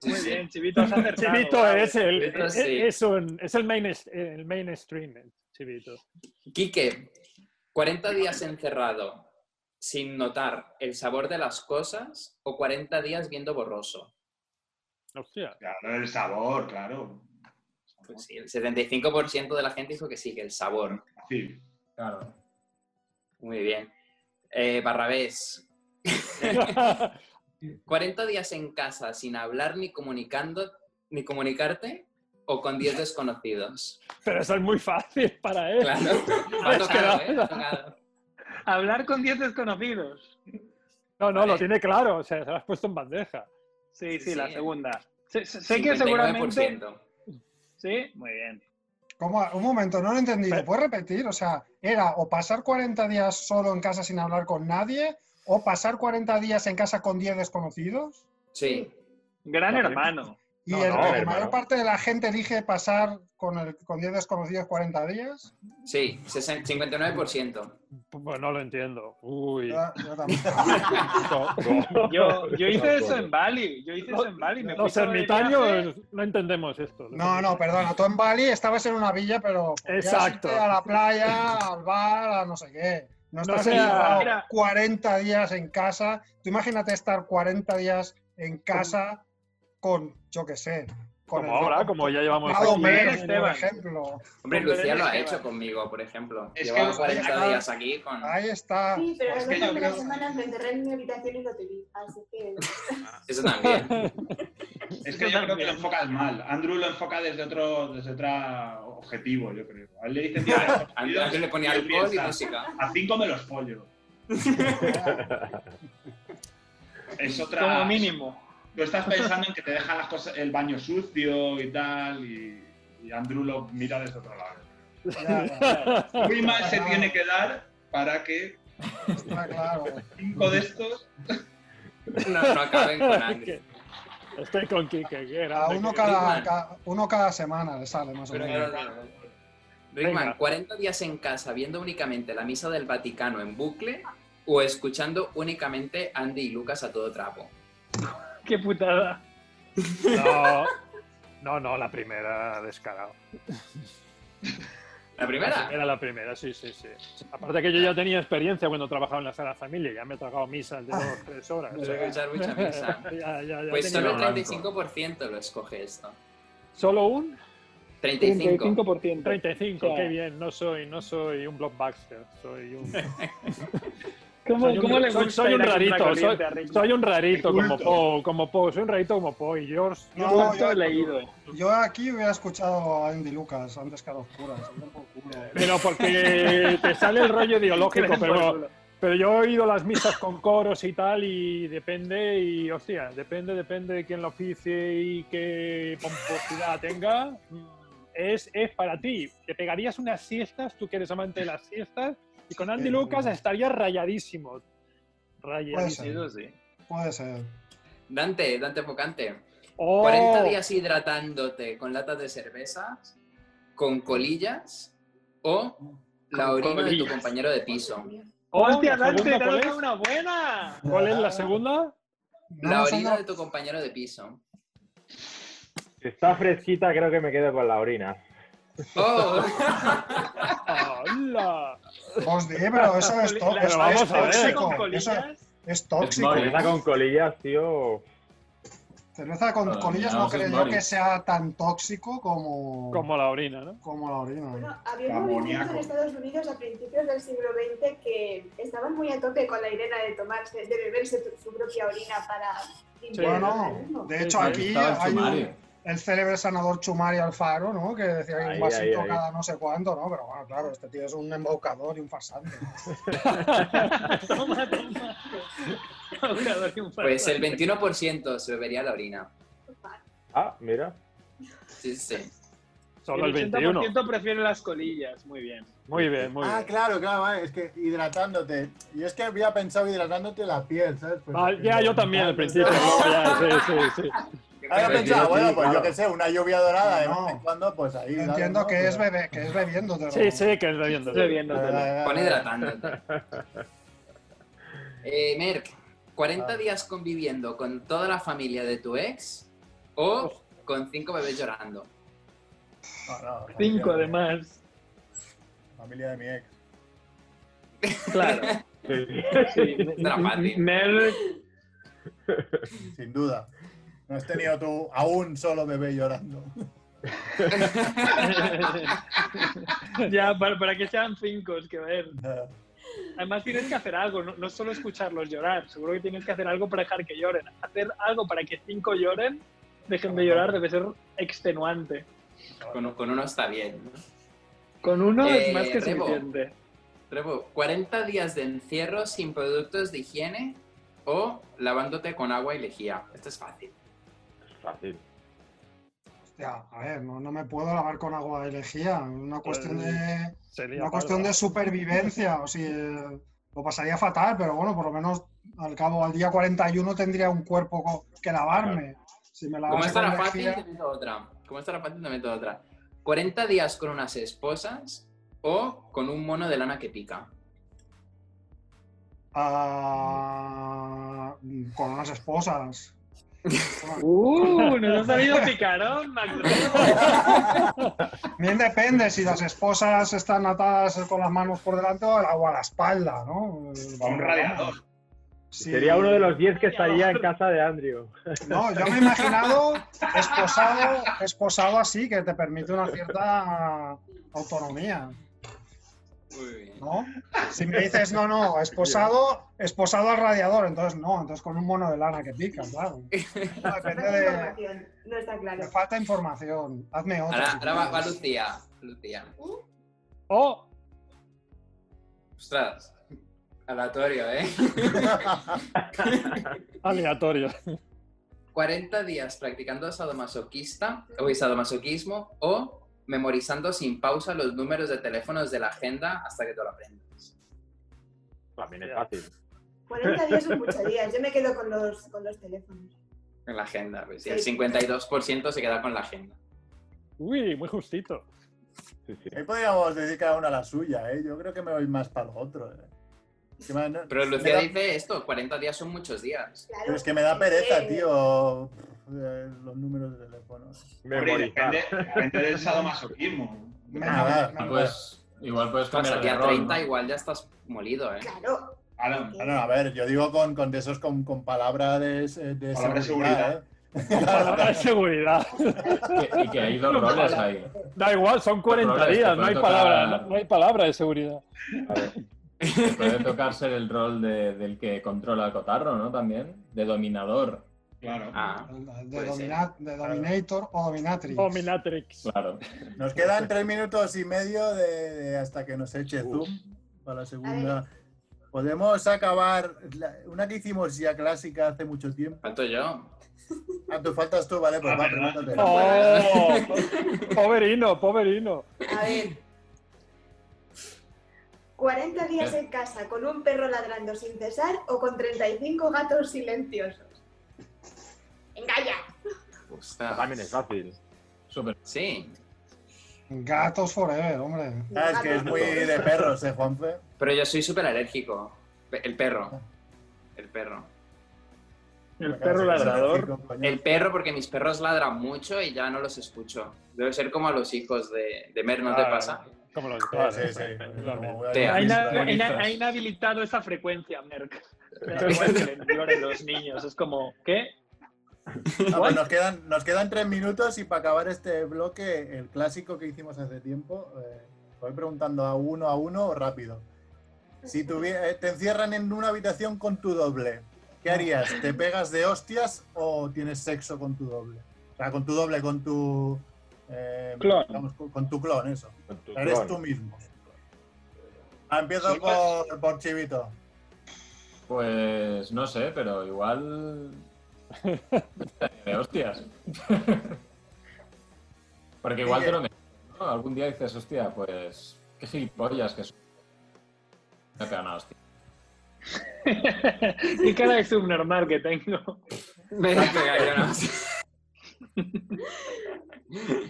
Speaker 6: Sí,
Speaker 11: Muy
Speaker 6: sí.
Speaker 11: bien, Chivito, has acertado.
Speaker 12: Chivito
Speaker 11: bravo.
Speaker 12: es el,
Speaker 6: Chivito,
Speaker 12: es,
Speaker 6: sí.
Speaker 12: es un- es el, main, el mainstream, Chivito.
Speaker 6: Quique, 40 días encerrado sin notar el sabor de las cosas o 40 días viendo borroso.
Speaker 12: Hostia.
Speaker 7: Claro, el sabor, claro.
Speaker 6: Pues sí, el 75% de la gente dijo que sí, que el sabor.
Speaker 7: Sí.
Speaker 9: Claro.
Speaker 6: Muy bien. Eh, Barrabés,
Speaker 12: [laughs]
Speaker 6: 40 días en casa sin hablar ni comunicando ni comunicarte o con 10 desconocidos.
Speaker 12: Pero eso es muy fácil para él. [laughs]
Speaker 6: Claro. Ha tocado,
Speaker 12: que
Speaker 6: ¿eh?
Speaker 12: no.
Speaker 6: Ha tocado.
Speaker 11: Hablar con 10 desconocidos.
Speaker 12: No, no,
Speaker 6: Vale.
Speaker 12: lo tiene claro. O sea, se lo has puesto en bandeja.
Speaker 11: Sí, sí,
Speaker 6: Sí,
Speaker 11: la
Speaker 6: sí.
Speaker 11: segunda. Sé, sé- sé que seguramente.
Speaker 6: 59%.
Speaker 11: Sí, muy bien.
Speaker 8: ¿Cómo? Un momento, no lo he entendido. ¿Puedes repetir? O sea, era o pasar 40 días solo en casa sin hablar con nadie, o pasar 40 días en casa con 10 desconocidos.
Speaker 6: Sí.
Speaker 11: Gran
Speaker 12: Vale.
Speaker 11: hermano.
Speaker 8: Y
Speaker 12: No,
Speaker 8: el-
Speaker 12: no,
Speaker 8: la
Speaker 12: hermano.
Speaker 8: mayor parte de la gente elige pasar con, el, con 10 desconocidos 40 días.
Speaker 6: Sí, sesen- 59%.
Speaker 12: Pues no lo entiendo. Uy.
Speaker 8: Ah, yo también.
Speaker 11: [laughs] Yo, yo hice eso en Bali. Yo hice eso en Bali. Me fui
Speaker 12: Los
Speaker 11: solo de viaje.
Speaker 12: ermitaños no entendemos esto.
Speaker 8: No, no, perdona. Tú en Bali estabas en una villa, pero podías
Speaker 12: Exacto.
Speaker 8: irte a la playa, al bar, a no sé qué. No estás
Speaker 12: sea-
Speaker 8: encerrado
Speaker 11: Mira.
Speaker 8: 40 días en casa. Tú imagínate estar 40 días en casa con, yo qué sé, con
Speaker 12: Como ahora, [laughs]
Speaker 8: con
Speaker 12: como ya llevamos
Speaker 8: Pablo
Speaker 12: aquí.
Speaker 8: Pérez, por
Speaker 11: Esteban.
Speaker 8: ejemplo.
Speaker 6: Hombre,
Speaker 11: Hombre,
Speaker 6: Lucía lo
Speaker 11: es
Speaker 6: ha
Speaker 11: que
Speaker 6: hecho
Speaker 11: va.
Speaker 6: conmigo, por ejemplo.
Speaker 7: Es
Speaker 6: Llevaba
Speaker 7: que-
Speaker 6: 40
Speaker 8: Ahí-
Speaker 6: días aquí con...
Speaker 8: Ahí está.
Speaker 4: Sí, pero las
Speaker 7: Es que
Speaker 4: dos
Speaker 7: yo
Speaker 4: primeras
Speaker 7: creo-
Speaker 4: semanas me encerré en mi habitación y no te vi, así
Speaker 7: [laughs]
Speaker 4: que... [laughs]
Speaker 6: Eso
Speaker 8: [laughs]
Speaker 6: también.
Speaker 7: Es que yo creo que lo enfocas mal. Andrew lo enfoca desde otro, desde otro objetivo, yo creo. A él le dice,
Speaker 6: [laughs]
Speaker 7: tío,
Speaker 6: A mí le ponía
Speaker 7: él
Speaker 6: alcohol y
Speaker 7: piensa,
Speaker 6: música.
Speaker 7: A cinco me los
Speaker 8: [laughs]
Speaker 7: follo. es otra.
Speaker 11: Como mínimo.
Speaker 7: Tú estás pensando en que te deja las cosas, el baño sucio y tal, y, y Andrew lo mira desde otro lado.
Speaker 8: Ya, ya,
Speaker 7: Muy mal se tiene que dar para que
Speaker 8: está claro.
Speaker 7: cinco de estos.
Speaker 6: No, no
Speaker 12: [laughs]
Speaker 6: acaben con Andrew.
Speaker 12: Estoy con Kike. que era-
Speaker 8: Cada uno cada, cada- uno cada semana le sale más o
Speaker 6: Pero,
Speaker 8: menos.
Speaker 6: Rickman,
Speaker 12: Venga.
Speaker 6: 40 días en casa viendo únicamente la misa del Vaticano en bucle o escuchando únicamente Andy y Lucas a todo trapo.
Speaker 11: Qué putada.
Speaker 12: No, no, no, la primera descarado.
Speaker 6: ¿La primera?
Speaker 12: La primera, la primera, sí, sí, sí. Aparte que yo ya tenía experiencia cuando trabajaba en la sala familia, ya me he tragado misas de dos, tres horas.
Speaker 6: Nos va a echar
Speaker 12: [laughs]
Speaker 6: mucha misa.
Speaker 12: Ya, ya, ya
Speaker 6: Pues
Speaker 12: tenía
Speaker 6: solo el
Speaker 12: blanco.
Speaker 6: 35% lo escoge esto.
Speaker 12: ¿Solo un?
Speaker 6: 35.
Speaker 11: 35%.
Speaker 12: 35,
Speaker 11: O sea-
Speaker 12: qué bien. No soy, no soy un blockbuster, soy un...
Speaker 11: ¿Cómo,
Speaker 12: soy un-
Speaker 11: cómo le
Speaker 12: soy-
Speaker 11: gusta
Speaker 12: soy
Speaker 11: ir
Speaker 12: un
Speaker 11: a
Speaker 12: rarito, soy,
Speaker 11: contracorriente a Rick?
Speaker 12: soy un rarito
Speaker 11: De
Speaker 12: como
Speaker 11: culto.
Speaker 12: Po, como Po, soy un rarito como Po y George...
Speaker 8: No,
Speaker 12: George
Speaker 8: yo-
Speaker 12: lo he
Speaker 8: Yo aquí hubiera escuchado a Andy Lucas antes que a los curas. anda por culo.
Speaker 12: Pero porque te sale el rollo ideológico,
Speaker 8: Que den por
Speaker 12: pero,
Speaker 8: culo.
Speaker 12: pero yo he oído las misas con coros y tal, y depende, y hostia, depende, depende de quién lo oficie y qué pomposidad tenga. mm, Es, es para ti. Te pegarías unas siestas, tú que eres amante de las siestas, y con Andy Lucas estarías rayadísimo. Rayadísimo.
Speaker 6: Sí, sí.
Speaker 8: Puede ser.
Speaker 6: Dante, Dante Pocante.
Speaker 12: Oh.
Speaker 6: 40 días hidratándote con latas de cerveza, con colillas o la
Speaker 12: Con
Speaker 6: orina de tu
Speaker 12: colillas.
Speaker 6: compañero de piso.
Speaker 11: ¡Hostia,
Speaker 12: la
Speaker 11: Dante, te
Speaker 12: segunda,
Speaker 11: has
Speaker 12: ¿cuál
Speaker 11: dado
Speaker 12: es?
Speaker 11: una buena!
Speaker 12: ¿Cuál es la segunda?
Speaker 6: La orina de tu compañero de piso.
Speaker 10: Si está fresquita, creo que me quedo con la orina.
Speaker 12: [laughs]
Speaker 6: ¡Oh!
Speaker 12: ¡Hola!
Speaker 8: Os diré, pero eso es, to-
Speaker 11: La-
Speaker 8: eso
Speaker 11: vamos
Speaker 8: es
Speaker 11: a ver.
Speaker 8: tóxico.
Speaker 11: ¿Con colillas?
Speaker 8: eso es tóxico.
Speaker 10: Cerveza con colillas, tío.
Speaker 8: Cerveza con
Speaker 10: Pero
Speaker 8: colillas
Speaker 10: mira,
Speaker 8: no
Speaker 10: eso es
Speaker 8: creo yo
Speaker 10: Boris.
Speaker 8: que sea tan tóxico como,
Speaker 12: Como la orina, ¿no?
Speaker 8: como la orina.
Speaker 4: Había un movimiento en Estados Unidos a principios del siglo XX que estaban muy a tope con la idea de tomarse, de beberse tu- su propia orina para limpiar el
Speaker 8: Bueno,
Speaker 4: organismo.
Speaker 8: de hecho
Speaker 10: sí,
Speaker 8: aquí
Speaker 10: estaba el
Speaker 8: hay
Speaker 10: Chumari.
Speaker 8: un, el célebre sanador Chumari Alfaro, ¿no? Que decía que
Speaker 10: Ahí,
Speaker 8: un vasito
Speaker 10: ahí, ahí.
Speaker 8: cada no sé cuánto, ¿no? Pero bueno, claro, este tío es un embaucador y un farsante. [laughs]
Speaker 11: Toma, toma.
Speaker 6: Pues el 21% se bebería la orina.
Speaker 10: Ah, mira.
Speaker 6: Sí, sí.
Speaker 12: Solo el
Speaker 11: 21.
Speaker 12: 21.
Speaker 11: El 80% prefiere las colillas, muy bien.
Speaker 12: Muy bien, muy
Speaker 3: ah,
Speaker 12: bien.
Speaker 3: claro, claro, vale, es que hidratándote. Yo es que había pensado hidratándote la piel, ¿sabes? Pues,
Speaker 12: Ah, ya, yo también al principio. ¿no? Ya, sí, sí, sí.
Speaker 3: Había
Speaker 12: Pero
Speaker 3: pensado,
Speaker 12: sí,
Speaker 3: bueno, pues yo
Speaker 12: claro.
Speaker 3: qué sé, una lluvia dorada de
Speaker 8: No.
Speaker 3: vez en cuando, pues ahí. dale,
Speaker 8: Entiendo
Speaker 3: ¿no?
Speaker 8: que
Speaker 3: Pero-
Speaker 8: es bebé, que es bebiendo.
Speaker 12: Sí, sí, que es bebiendo.
Speaker 8: Bebiéndotelo.
Speaker 6: Con hidratándote. Eh, Merck, 40
Speaker 10: Ah.
Speaker 6: días conviviendo con toda la familia de tu ex o con cinco bebés llorando.
Speaker 3: No, no, familia
Speaker 11: Cinco,
Speaker 3: de-
Speaker 11: además.
Speaker 3: Familia de mi ex.
Speaker 11: Claro. Sí,
Speaker 6: Era fácil.
Speaker 11: Merck,
Speaker 3: Sin duda. No has tenido tú a un solo bebé llorando.
Speaker 11: [laughs] ya, para, para que sean cinco, es que ver. Además tienes que hacer algo, no, no solo escucharlos llorar, seguro que tienes que hacer algo para dejar que lloren. Hacer algo para que cinco lloren, dejen de llorar, debe ser extenuante.
Speaker 6: Con, con uno está bien. ¿no?
Speaker 11: Con uno
Speaker 6: Eh,
Speaker 11: es más que
Speaker 6: Rebo.
Speaker 11: suficiente.
Speaker 6: Rebo, 40 días de encierro sin productos de higiene o lavándote con agua y lejía. Esto es fácil.
Speaker 10: Fácil.
Speaker 8: Hostia, a ver, no, no me puedo lavar con agua de lejía. Una cuestión
Speaker 12: Eh,
Speaker 8: de,
Speaker 12: Sería
Speaker 8: una cuestión de
Speaker 12: parda.
Speaker 8: supervivencia. O sea, lo pasaría fatal, pero bueno, por lo menos al cabo, al día 41 tendría un cuerpo co- que lavarme. Si me
Speaker 6: Como
Speaker 8: lavase
Speaker 6: esta
Speaker 8: con
Speaker 6: era fácil, te
Speaker 8: lejía,
Speaker 6: meto otra. Como esta era fácil, te meto otra. 40 días con unas esposas o con un mono de lana que pica.
Speaker 8: ah, con
Speaker 11: [laughs]
Speaker 8: unas esposas.
Speaker 11: ¡Uh! Nos ha salido
Speaker 8: [laughs]
Speaker 11: picarón, Mac
Speaker 8: Bien depende si las esposas están atadas con las manos por delante o o a la espalda, ¿no?
Speaker 7: A un radiador.
Speaker 8: Sí.
Speaker 10: Sería uno de los 10 que estaría en casa de Andrew.
Speaker 8: No, yo me he imaginado esposado, esposado así, que te permite una cierta autonomía,
Speaker 6: Muy bien.
Speaker 8: ¿no? Si me dices, no, no, esposado, esposado al radiador, entonces no, entonces con un mono de lana que pica, claro. No, depende
Speaker 4: Falta
Speaker 8: de...
Speaker 4: información, no está claro.
Speaker 8: Me falta información, hazme otra.
Speaker 6: Ahora,
Speaker 8: si
Speaker 6: ahora va, va
Speaker 8: quieres.
Speaker 6: Lucía. Lucía.
Speaker 12: ¡Oh!
Speaker 6: Ostras. Aleatorio, ¿eh?
Speaker 12: Aleatorio.
Speaker 6: 40 días practicando sadomasoquista, o sadomasoquismo o memorizando sin pausa los números de teléfonos de la agenda hasta que te lo aprendas.
Speaker 10: También es fácil.
Speaker 4: 40 días son muchos días, yo me quedo con los, con los teléfonos.
Speaker 6: En la agenda, pues, y el 52% se queda con la agenda.
Speaker 12: Uy, muy justito.
Speaker 3: Ahí podríamos decir cada una la suya, ¿eh? Yo creo que me voy más para lo otro. ¿eh? Que me- no-
Speaker 6: Pero
Speaker 3: me
Speaker 6: Lucía
Speaker 3: da-
Speaker 6: dice esto, 40 días son muchos días.
Speaker 3: Pero es que me da pereza, tío, eh, los números de teléfono.
Speaker 7: Hombre, depende, depende del sadomasoquismo.
Speaker 3: [laughs] Nada.
Speaker 6: Ah,
Speaker 9: pues, igual puedes
Speaker 6: Pasa
Speaker 9: cambiar
Speaker 6: que
Speaker 9: de
Speaker 6: a
Speaker 9: rol,
Speaker 6: 30
Speaker 9: ¿no?
Speaker 6: igual ya estás molido, ¿eh?
Speaker 4: Claro.
Speaker 3: Ah, no, a ver, yo digo con, con de esos con, con palabras de, eh, de
Speaker 7: Palabra de
Speaker 3: seguridad. ¿eh?
Speaker 12: Palabra de seguridad.
Speaker 9: Y que hay dos roles ahí.
Speaker 12: Da igual, son 40
Speaker 9: roles, te
Speaker 12: días, no hay
Speaker 9: puede
Speaker 12: palabra,
Speaker 9: tocar-
Speaker 12: no, no hay palabra de seguridad.
Speaker 9: Te puede tocar ser el rol de- del que controla el cotarro, ¿no? También, de dominador.
Speaker 7: Claro.
Speaker 8: De, domina- de Dominator o Dominatrix.
Speaker 12: Oh, Dominatrix.
Speaker 9: Claro.
Speaker 3: Nos quedan tres minutos y medio de, de hasta que nos eche Zoom para la segunda. Podemos acabar la- una que hicimos ya clásica hace mucho tiempo.
Speaker 6: Falto yo.
Speaker 3: Ah, tú faltas tú, vale, pues
Speaker 6: Ah,
Speaker 3: va,
Speaker 6: verdad.
Speaker 3: pregúntate.
Speaker 12: Oh, poverino, poverino.
Speaker 4: A ver. 40 días en casa con un perro ladrando sin cesar o con 35 gatos silenciosos. Engalla.
Speaker 10: También es fácil.
Speaker 6: Sí.
Speaker 8: Gatos forever, hombre.
Speaker 3: Ah, es que es muy de perros, eh, Juanfe.
Speaker 6: Pero yo soy súper alérgico. Pe- El perro. El perro.
Speaker 12: El perro ladrador.
Speaker 6: El perro, porque mis perros ladran mucho y ya no los escucho. Debe ser como a los hijos de, de Mer, ¿no te
Speaker 12: Ah,
Speaker 6: pasa?
Speaker 12: Como lo
Speaker 3: Sí, sí, sí.
Speaker 6: Te
Speaker 11: Ha, ina-
Speaker 6: amo.
Speaker 11: ha ina- ha inhabilitado esa frecuencia, Merck. La frecuencia que le violan los niños. Es como, ¿qué?
Speaker 3: Ah, pues nos, quedan, nos quedan tres minutos y para acabar este bloque, el clásico que hicimos hace tiempo, eh, voy preguntando a uno a uno o rápido. Si tuvie- eh, te encierran en una habitación con tu doble,
Speaker 12: Ah.
Speaker 3: ¿qué harías? ¿Te pegas de hostias o tienes sexo con tu doble? O sea, con tu doble, con tu... eh,
Speaker 11: Clon.
Speaker 3: vamos, con, con tu clon, eso.
Speaker 10: tu
Speaker 3: Eres
Speaker 10: clon.
Speaker 3: tú mismo. Ah, empiezo
Speaker 11: Soy pa-
Speaker 3: por, por Chivito.
Speaker 9: Pues no sé,
Speaker 10: [laughs]
Speaker 9: pero igual. de hostias. [laughs] Porque igual te lo metes, ¿no? Algún día dices, hostia, pues. Qué gilipollas que soy. Me pegan a hostia.
Speaker 11: [laughs] Qué cara de subnormal que tengo.
Speaker 6: Me pega yo, ¿no?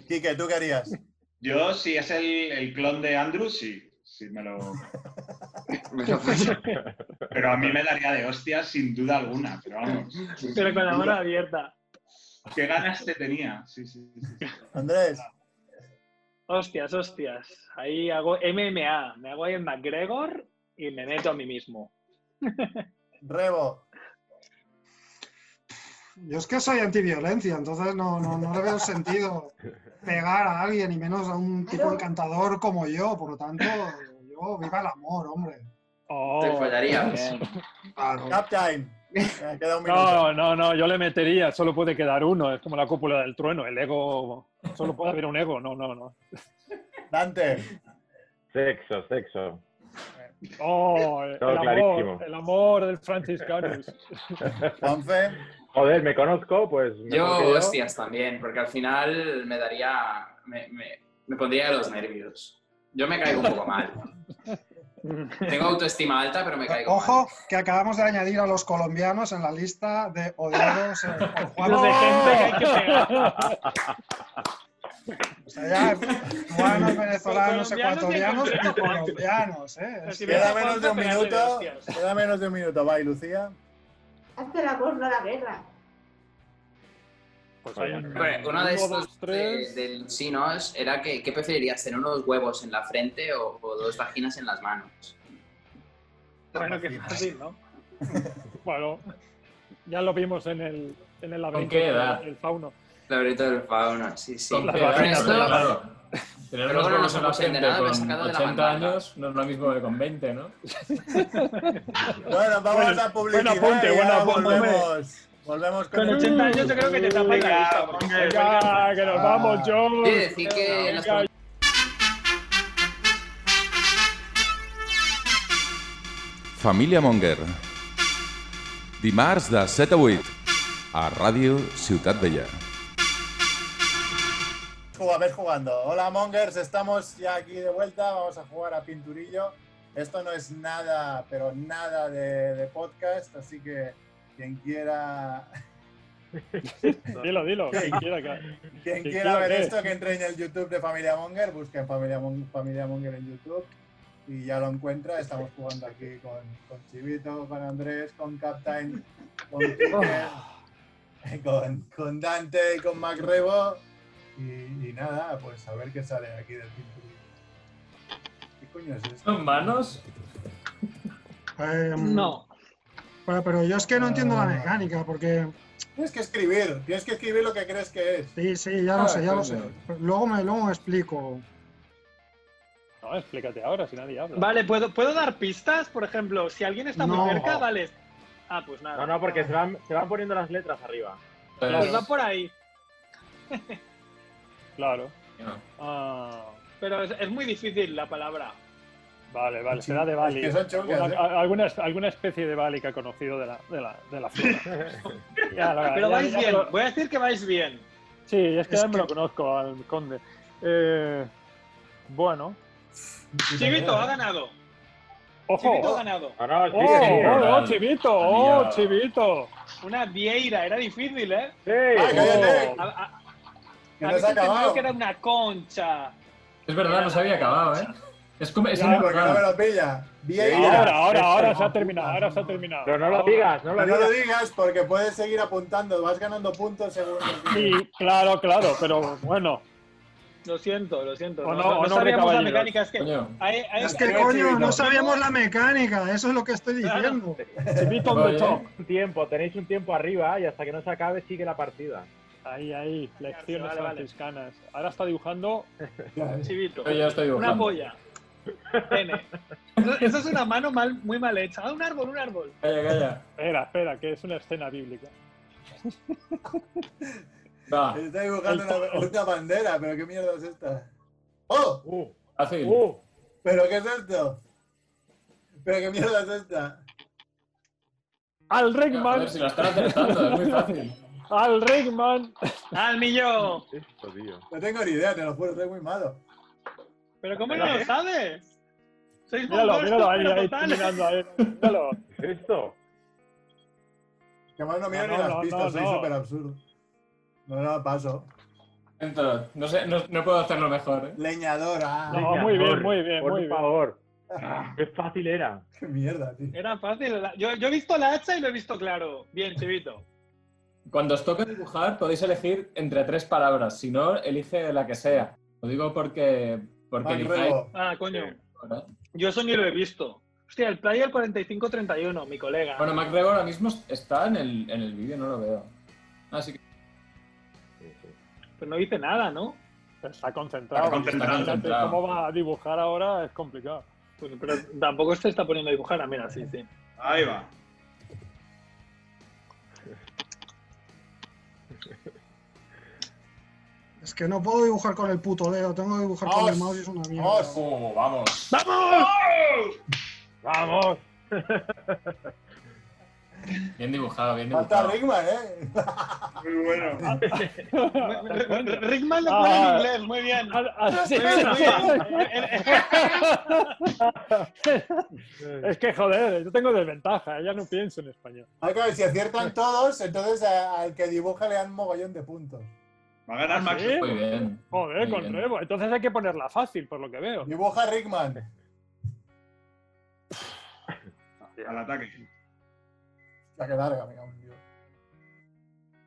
Speaker 3: Quique, ¿tú qué harías?
Speaker 7: Yo, si es el, el clon de Andrew, sí. Sí,
Speaker 3: [laughs]
Speaker 7: me lo.
Speaker 6: Me lo pasa.
Speaker 7: Pero a mí me daría de hostias sin duda alguna. Pero vamos.
Speaker 11: Pero con la
Speaker 7: Sin
Speaker 11: mano
Speaker 7: duda.
Speaker 11: abierta.
Speaker 7: ¿Qué ganas te tenía? Sí, sí, sí, sí.
Speaker 12: [laughs]
Speaker 3: Andrés,
Speaker 11: Hostias, hostias. Ahí hago MMA. Me hago ahí en McGregor y me meto a mí mismo.
Speaker 3: Rebo,
Speaker 8: Yo es que soy antiviolencia, entonces no, no, no le veo sentido pegar a alguien y menos a un tipo
Speaker 4: Claro.
Speaker 8: encantador como yo. Por lo tanto, yo viva el amor, hombre.
Speaker 12: Oh,
Speaker 6: Te follaría.
Speaker 12: bien.
Speaker 8: Claro.
Speaker 3: Captain. Eh, Queda un minuto.
Speaker 12: No, no, no, yo le metería, solo puede quedar uno, es como la cúpula del trueno, el ego, solo puede haber un ego, no, no, no.
Speaker 3: Dante.
Speaker 10: Sexo, sexo.
Speaker 12: Oh, el
Speaker 10: Todo
Speaker 12: amor,
Speaker 10: clarísimo.
Speaker 12: el amor del Franciscanus.
Speaker 3: Juanfe,
Speaker 10: Joder, me conozco, pues. mejor que
Speaker 6: Yo, hostias también, porque al final me daría. Me, me- me pondría de los nervios. Yo me caigo un poco mal. Tengo autoestima alta, pero me caigo mal.
Speaker 8: Ojo, que acabamos de añadir a los colombianos en la lista de odiados eh, por
Speaker 3: [laughs]
Speaker 8: Juan.
Speaker 11: Los de gente que hay que
Speaker 8: Eh,
Speaker 11: pegar.
Speaker 8: O sea, ya, cubanos,
Speaker 11: Los
Speaker 8: venezolanos,
Speaker 11: colombianos y
Speaker 8: ecuatorianos y
Speaker 11: colombianos.
Speaker 12: [laughs]
Speaker 8: colombianos, ¿eh?
Speaker 11: Pero si
Speaker 8: Es-
Speaker 11: ves a
Speaker 3: queda menos de un
Speaker 11: Juanfe pegándole
Speaker 3: minuto.
Speaker 11: hostias.
Speaker 3: Queda menos de un minuto. Bye, Lucía.
Speaker 4: Hazte la voz, no la guerra.
Speaker 12: Pues
Speaker 10: Vaya.
Speaker 12: hay un-
Speaker 6: Hombre, Uno de
Speaker 12: uno,
Speaker 6: estos
Speaker 12: dos, tres.
Speaker 6: de- del sí, ¿no? Es- era que, ¿qué preferirías? ¿Tener unos huevos en la frente o, o dos vaginas en las manos?
Speaker 11: Bueno,
Speaker 6: [laughs]
Speaker 11: qué fácil, ¿no?
Speaker 12: Bueno, ya lo vimos en el, en el laberinto
Speaker 9: qué edad?
Speaker 12: del fauno.
Speaker 6: Laberinto del fauno, sí, sí.
Speaker 9: Con
Speaker 6: Pero
Speaker 9: que da-
Speaker 6: esto-
Speaker 9: pero claro, Tener
Speaker 6: Pero
Speaker 9: los
Speaker 6: bueno,
Speaker 9: huevos
Speaker 6: no
Speaker 9: en la
Speaker 6: se entiende
Speaker 9: gente
Speaker 6: nada, lo he
Speaker 9: con
Speaker 6: sacado de la
Speaker 9: 80
Speaker 6: mandanga.
Speaker 9: años no es lo mismo que con 20, ¿no?
Speaker 3: Bueno, vamos
Speaker 12: Bueno,
Speaker 3: a publicidad.
Speaker 12: buen apunte,
Speaker 3: y
Speaker 12: buen
Speaker 3: ahora
Speaker 12: apunte.
Speaker 3: volvemos. Volvemos con
Speaker 11: Con 80 años yo creo que te tapan la lista. porque-
Speaker 12: Venga, que nos
Speaker 3: Ah.
Speaker 12: vamos, John.
Speaker 6: Quiere decir que las
Speaker 12: Venga,
Speaker 13: Família Monger. Dimarts de 7 a 8 a Ràdio Ciutat Vella.
Speaker 3: jugadores jugando. Hola, Mongers. Estamos ya aquí de vuelta. Vamos a jugar a Pinturillo. Esto no es nada, pero nada de, de podcast. Así que quien quiera,
Speaker 12: Dilo, dilo, quien quiera que-
Speaker 3: quien
Speaker 12: Quien
Speaker 3: quiera ver
Speaker 12: quiera, ¿qué?
Speaker 3: esto, que entre en el YouTube de Familia Monger. Busquen Familia, Mon- Familia Monger en YouTube. y ya lo encuentra. Estamos jugando aquí con, con Chivito, con Andrés, con Captain, con, Peter, con, con Dante y con Macrebo. Y, y nada, pues a ver qué sale aquí del cinturón. ¿Qué coño es esto?
Speaker 9: ¿Son manos?
Speaker 8: no. Bueno, Em, pero yo es que no entiendo la mecánica, porque.
Speaker 3: Tienes que escribir, tienes que escribir lo que crees que es.
Speaker 8: Sí, sí, ya lo
Speaker 3: Ah,
Speaker 8: sé, ya lo sé.
Speaker 3: coño.
Speaker 8: Luego me, luego me explico.
Speaker 12: No, explícate ahora, si nadie habla.
Speaker 11: Vale, ¿puedo, ¿puedo dar pistas? Por ejemplo, si alguien está
Speaker 10: No.
Speaker 11: muy cerca, vale. Ah, pues nada.
Speaker 10: No, no, porque se van, se van poniendo las letras arriba.
Speaker 11: Pues va por ahí.
Speaker 12: [laughs] Claro.
Speaker 11: Ah, Pero es, es muy difícil la palabra.
Speaker 12: Vale, vale, será de Bali.
Speaker 11: Es que son chungas,
Speaker 12: alguna,
Speaker 11: ¿eh?
Speaker 12: a- alguna, alguna especie de Bali que ha conocido de la, de la, de la
Speaker 11: [laughs]
Speaker 12: flora. Ya, la verdad,
Speaker 11: Pero
Speaker 12: ya-
Speaker 11: vais
Speaker 12: ya
Speaker 11: bien,
Speaker 12: me lo-
Speaker 11: voy a decir que vais bien.
Speaker 12: sí, es que
Speaker 11: Es
Speaker 12: ya me lo conozco al conde. Eh, bueno.
Speaker 11: Chivito ha ganado.
Speaker 12: Ojo.
Speaker 11: Chivito ha ganado.
Speaker 9: Ah,
Speaker 12: Oh, oh, oh, chivito, oh,
Speaker 11: Mía.
Speaker 12: chivito.
Speaker 11: Una vieira, era difícil, ¿eh?
Speaker 10: Sí.
Speaker 12: Ah, cállate.
Speaker 11: A, a-
Speaker 12: Que
Speaker 11: a
Speaker 12: no
Speaker 11: mí
Speaker 12: se ha
Speaker 11: se entendió
Speaker 12: acabado.
Speaker 11: que era una concha.
Speaker 9: Es verdad, no se había acabado, ¿eh? Es como. Es
Speaker 11: Ya,
Speaker 9: muy
Speaker 11: porque no
Speaker 9: raro.
Speaker 11: me
Speaker 3: lo pilla. Bien.
Speaker 12: Ahora, ahora, ahora se ha terminado, ahora se ha terminado.
Speaker 10: Pero no lo digas, no lo
Speaker 3: Pero no
Speaker 10: digas.
Speaker 3: lo digas porque puedes seguir apuntando, vas ganando puntos según.
Speaker 12: Sí, claro, claro, pero bueno.
Speaker 11: Lo siento, lo siento.
Speaker 12: O
Speaker 11: No,
Speaker 12: no-
Speaker 11: no
Speaker 12: o no, hombre,
Speaker 11: sabíamos la
Speaker 12: caballeros.
Speaker 11: mecánica. Es que,
Speaker 12: Coño.
Speaker 11: hay- hay-
Speaker 8: Es que,
Speaker 11: hay-
Speaker 8: coño, no sabíamos la mecánica, eso es lo que estoy diciendo.
Speaker 12: Chivito
Speaker 8: on the top.
Speaker 10: Un tiempo, tenéis un tiempo arriba y hasta que no se acabe sigue la partida.
Speaker 12: Ahí, ahí, lecciones
Speaker 10: Vale, vale.
Speaker 12: franciscanas. Ahora está dibujando.
Speaker 11: Chivito.
Speaker 9: Yo ya estoy
Speaker 11: una
Speaker 9: dibujando.
Speaker 11: polla. Pene. Eso, eso es una mano mal, muy mal hecha. Ah, un árbol, un árbol.
Speaker 9: Calla, calla.
Speaker 12: Espera, espera, que es una escena bíblica.
Speaker 9: Va.
Speaker 3: Está dibujando una, una bandera, pero qué mierda es esta. ¡Oh!
Speaker 12: Uh.
Speaker 9: Fácil.
Speaker 3: ¿Pero qué es esto? ¿Pero qué mierda es esta?
Speaker 12: Al
Speaker 9: A ver
Speaker 12: Rickman.
Speaker 9: si lo están acertando, es muy fácil.
Speaker 12: [laughs] Al Rickman.
Speaker 11: Al millón.
Speaker 3: No tengo ni idea, te lo juro, estoy muy malo.
Speaker 11: Pero ¿cómo no lo sabes? Sois
Speaker 12: ¿eh? Míralo,
Speaker 11: mongolos,
Speaker 12: míralo ahí,
Speaker 11: pero
Speaker 12: ahí,
Speaker 11: total.
Speaker 12: mirando ahí. Míralo.
Speaker 10: ¿Esto?
Speaker 3: Que más no miro
Speaker 12: No,
Speaker 3: ni las
Speaker 12: no,
Speaker 3: pistas,
Speaker 12: no,
Speaker 3: soy
Speaker 12: no.
Speaker 3: súper absurdo. No, no, paso. [laughs]
Speaker 9: Entonces, no, sé, no, no puedo hacerlo mejor, ¿eh?
Speaker 3: Leñadora.
Speaker 12: No, muy bien, muy bien,
Speaker 10: Por
Speaker 12: muy bien.
Speaker 10: favor. Qué fácil era.
Speaker 3: Qué mierda, tío.
Speaker 11: Era fácil. la- Yo, yo he visto la hacha y lo he visto claro. Bien, Chivito.
Speaker 9: Cuando os toque dibujar, podéis elegir entre tres palabras. Si no, elige la que sea. Lo digo porque. Porque
Speaker 11: Mac
Speaker 9: elijáis.
Speaker 11: Rebo. Ah, coño.
Speaker 9: ¿verdad?
Speaker 11: Yo eso ni lo he visto. Hostia, el player 4531, mi colega.
Speaker 9: Bueno, MacGregor ahora mismo está en el, en el vídeo, no lo veo. Así que.
Speaker 12: Pues
Speaker 11: Pero no dice nada, ¿no?
Speaker 12: Está concentrado.
Speaker 9: Está concentrado.
Speaker 12: Imagínate ¿Cómo va a dibujar ahora? Es complicado. Pues,
Speaker 11: Bueno, pero tampoco
Speaker 12: este
Speaker 11: se está poniendo a dibujar. Ah, mira, sí, sí.
Speaker 7: Ahí va.
Speaker 8: Es que no puedo dibujar con el puto dedo, tengo que dibujar con el mouse y es una mierda.
Speaker 9: Oh, vamos!
Speaker 11: ¡Vamos!
Speaker 10: ¡Vamos!
Speaker 9: Bien dibujado, bien
Speaker 3: Falta
Speaker 9: dibujado.
Speaker 3: Rickman, ¿eh?
Speaker 7: Muy bueno.
Speaker 11: Rickman
Speaker 12: Ah,
Speaker 11: lo pone en inglés, muy bien.
Speaker 12: sí,
Speaker 11: Muy bien, muy
Speaker 12: sí,
Speaker 10: bien.
Speaker 12: Es que, joder, yo tengo desventaja, ¿eh? ya no pienso en español.
Speaker 3: Hay que ver, si
Speaker 11: Eh.
Speaker 3: aciertan todos, entonces a- al que dibuja le dan mogollón de puntos.
Speaker 7: Va a ganar Max.
Speaker 12: ¿Ah, ¿Sí?
Speaker 9: Muy bien.
Speaker 12: Joder,
Speaker 9: Muy
Speaker 12: con
Speaker 9: bien.
Speaker 12: Rebo. Entonces hay que ponerla fácil, por lo que veo.
Speaker 3: Dibuja Rickman.
Speaker 7: Al ataque.
Speaker 3: La que larga, me cago en Dios.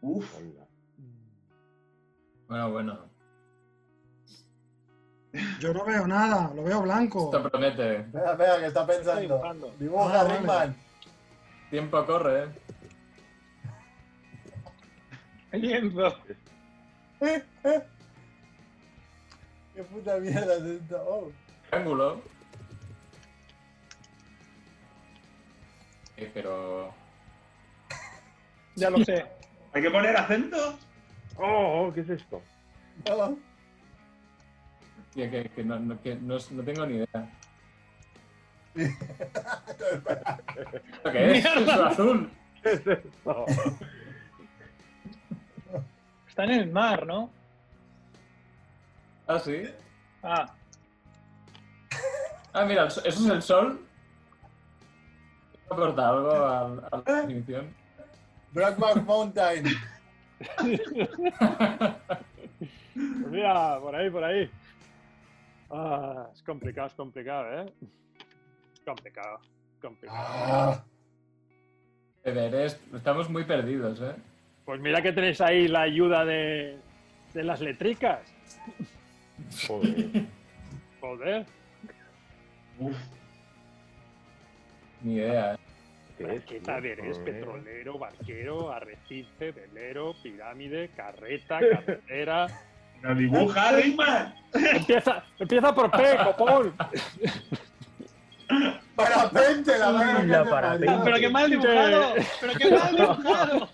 Speaker 7: Uf.
Speaker 9: Bueno, bueno.
Speaker 8: Yo no veo nada, lo veo blanco.
Speaker 9: Esto promete.
Speaker 3: Espera, espera, que está pensando.
Speaker 11: dibujando.
Speaker 3: Dibuja
Speaker 8: Ah, vale.
Speaker 3: Rickman.
Speaker 9: Tiempo corre, ¿eh?
Speaker 11: Bien, bro.
Speaker 3: Qué Eh, puta mierda es esto. Oh.
Speaker 9: Triángulo. Eh, pero.
Speaker 11: Ya lo sé.
Speaker 7: Hay que poner
Speaker 12: [laughs]
Speaker 7: acento.
Speaker 10: Oh, oh, ¿qué es esto?
Speaker 3: No.
Speaker 9: Tío, que, que no, no- que no- no tengo ni idea. ¿Esto qué es?
Speaker 11: Mierda.
Speaker 9: Es azul.
Speaker 10: ¿Qué es esto?
Speaker 11: Está en el mar, ¿no?
Speaker 9: Ah, sí.
Speaker 11: Ah,
Speaker 9: Ah, mira, el so- eso es el sol. ¿Aporta algo al- a la definición?
Speaker 3: Brockback Mountain.
Speaker 12: Pues mira, por ahí, por ahí. Ah, és complicat, és complicat, eh? És complicat, complicat.
Speaker 9: Everest, estamos muy perdidos, ¿eh?
Speaker 12: Pues mira que tenéis ahí la ayuda de, de las letricas.
Speaker 9: [laughs]
Speaker 10: Joder.
Speaker 12: Joder.
Speaker 9: Ni idea, ¿eh?
Speaker 12: Barqueta, Everest,
Speaker 9: Joder.
Speaker 12: petrolero, barquero, arrecife, velero, pirámide, carreta, carretera.
Speaker 7: ¡Lo dibuja, Rayman!
Speaker 12: Empieza, empieza por
Speaker 3: [laughs]
Speaker 12: P, copón.
Speaker 3: Parapente, la
Speaker 12: madre que te
Speaker 10: parapente.
Speaker 12: parió.
Speaker 11: Pero qué mal dibujado, pero qué mal dibujado.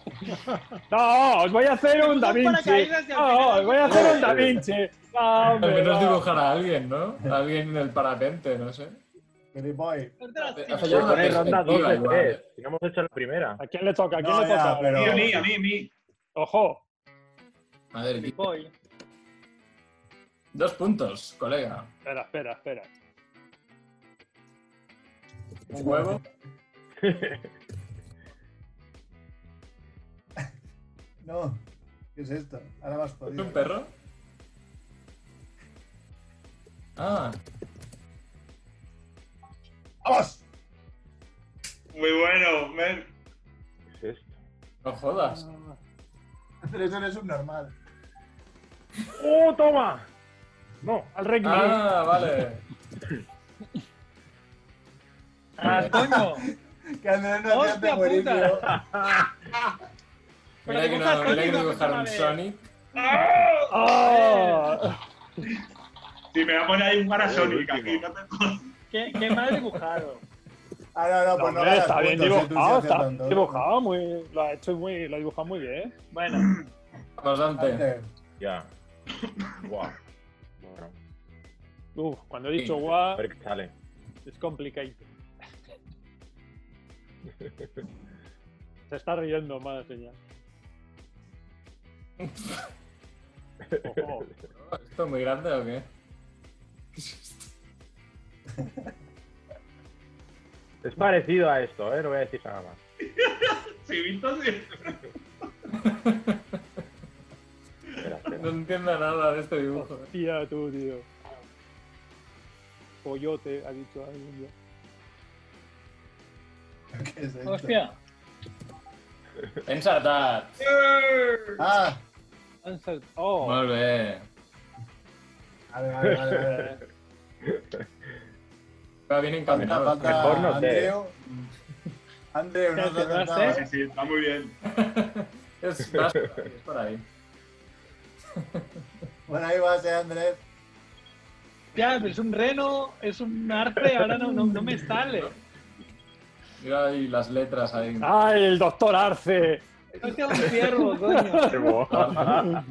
Speaker 12: No, os voy a hacer un Da Vinci. Ah,
Speaker 11: paracaídas y
Speaker 12: No,
Speaker 11: al final-
Speaker 12: os voy a hacer un Da Vinci. No,
Speaker 9: Al
Speaker 12: hombre,
Speaker 9: menos
Speaker 12: no.
Speaker 9: dibujar a alguien, ¿no? Alguien en el parapente, no sé. Ha
Speaker 10: Se
Speaker 9: fallado una
Speaker 10: pone ronda 2
Speaker 9: perspectiva
Speaker 10: de
Speaker 9: igual. ¿eh?
Speaker 10: 3. Si no hemos hecho la primera.
Speaker 12: ¿A quién le toca? ¿A quién
Speaker 10: No,
Speaker 12: le
Speaker 10: ya,
Speaker 12: toca?
Speaker 10: pero- A mí, a
Speaker 7: mí, a mí.
Speaker 12: Ojo.
Speaker 9: Madre mía.
Speaker 12: Voy.
Speaker 9: Dos puntos, colega.
Speaker 12: Espera, espera, espera.
Speaker 9: Un huevo.
Speaker 3: [laughs] No. ¿Qué es esto? Ahora más podido.
Speaker 9: ¿Un perro? Ah,
Speaker 3: ¡Vamos!
Speaker 7: Muy bueno, Mer.
Speaker 10: ¿Qué es esto?
Speaker 9: no jodas.
Speaker 11: Ah.
Speaker 3: Pero eso no es un normal.
Speaker 10: ¡Oh, toma! No.
Speaker 12: ¡Uh, Al rugby.
Speaker 9: Ah, vale.
Speaker 11: ¡Ah, coño!
Speaker 3: [laughs] Que Andrés no hacía
Speaker 11: ¡Hostia
Speaker 3: de morir, tío.
Speaker 11: puta!
Speaker 9: Mira que, no, mira que dibujaron Sonic.
Speaker 11: Ah.
Speaker 12: Ah.
Speaker 7: Si me va a poner ahí un Panasonic
Speaker 10: Joder,
Speaker 7: aquí, no te
Speaker 11: Qué, qué mal dibujado.
Speaker 3: Ah, no, no, pues no
Speaker 12: Hombre,
Speaker 3: ganas
Speaker 12: está bien
Speaker 3: puntos, si tú sí
Speaker 12: dibujado,
Speaker 3: haces
Speaker 12: está
Speaker 3: tanto.
Speaker 12: bien dibujado, muy, lo ha hecho muy, lo ha dibujado muy bien.
Speaker 11: Bueno,
Speaker 9: Vamos, Dante.
Speaker 3: Ander,
Speaker 10: Ya. Guau. Bueno,
Speaker 12: Uf, cuando he dicho
Speaker 10: Sí. a
Speaker 12: guau,
Speaker 10: ver qué sale.
Speaker 12: es complicado. Se está riendo más ya. Ojo.
Speaker 9: ¿Esto es muy grande o qué?
Speaker 10: Es parecido a esto, ¿eh? No voy a decir nada más.
Speaker 7: Sí, Víctor, sí.
Speaker 10: Espera,
Speaker 9: No
Speaker 10: espera.
Speaker 9: entiendo nada de este dibujo.
Speaker 12: Tía, tú, tío. Pollote, ha dicho alguien ya.
Speaker 3: ¿Qué es esto?
Speaker 11: hostia.
Speaker 9: Ensartat.
Speaker 3: Ah,
Speaker 12: Answer- Oh,
Speaker 9: Molt bé.
Speaker 3: vale, vale, vale. vale.
Speaker 9: Va bien
Speaker 3: Falta,
Speaker 9: encaminado.
Speaker 3: falta
Speaker 10: Mejor no sé.
Speaker 3: Andreu. Andreu, no te
Speaker 11: ¿Te
Speaker 3: tocaba.
Speaker 7: Sí, sí, está muy bien.
Speaker 9: Es, más por
Speaker 11: [laughs]
Speaker 9: ahí, es por ahí.
Speaker 3: [laughs] Bueno, ahí vas, eh, Andrés.
Speaker 11: Ya, pero es un reno, es un arte, ahora no, no, no me sale.
Speaker 9: Mira ahí las letras ahí.
Speaker 12: ¡Ay, ¡Ah, el doctor Arce!
Speaker 11: Hostia, un ciervo, Oh,
Speaker 10: [laughs]
Speaker 12: [laughs]
Speaker 11: coño.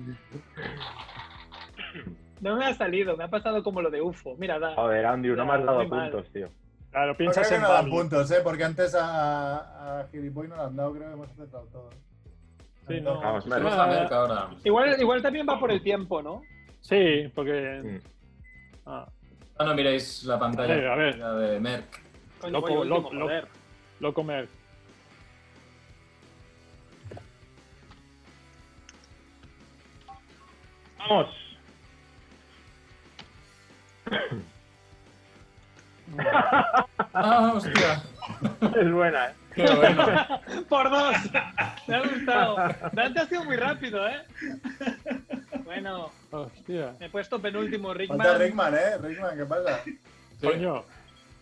Speaker 11: No me ha salido, me ha pasado como lo de UFO. Mira, da.
Speaker 10: Joder, Andrew, no me has dado
Speaker 11: Muy mal.
Speaker 10: puntos, tío.
Speaker 12: Claro,
Speaker 3: Yo creo
Speaker 12: piensas
Speaker 3: que
Speaker 12: en
Speaker 3: no dan
Speaker 12: Bali.
Speaker 3: puntos, ¿eh? Porque antes a, a Gilipoy no le han dado, creo que hemos acertado todo.
Speaker 12: Sí, no.
Speaker 10: Vamos,
Speaker 9: Vamos
Speaker 10: Mer.
Speaker 9: a ver ahora.
Speaker 11: Igual, igual también va por el tiempo, ¿no?
Speaker 12: Sí, porque.
Speaker 10: Mm.
Speaker 12: Ah,
Speaker 9: Ah, no miréis la pantalla.
Speaker 12: A ver, a ver.
Speaker 9: La de Merck.
Speaker 11: Coño,
Speaker 12: Loco,
Speaker 11: voy último,
Speaker 12: loco, loco.
Speaker 11: joder.
Speaker 12: lo comer.
Speaker 10: Vamos.
Speaker 9: Ah, hostia.
Speaker 10: Es buena, ¿eh?
Speaker 9: Qué bueno.
Speaker 11: [laughs] Por dos. Me ha gustado. Dante ha sido muy rápido, ¿eh? Bueno,
Speaker 12: Hostia.
Speaker 11: me he puesto penúltimo,
Speaker 3: Falta
Speaker 11: Rickman.
Speaker 3: Rickman, ¿eh? Rickman, ¿qué
Speaker 11: [laughs]
Speaker 3: pasa?
Speaker 9: Sí.
Speaker 12: Coño.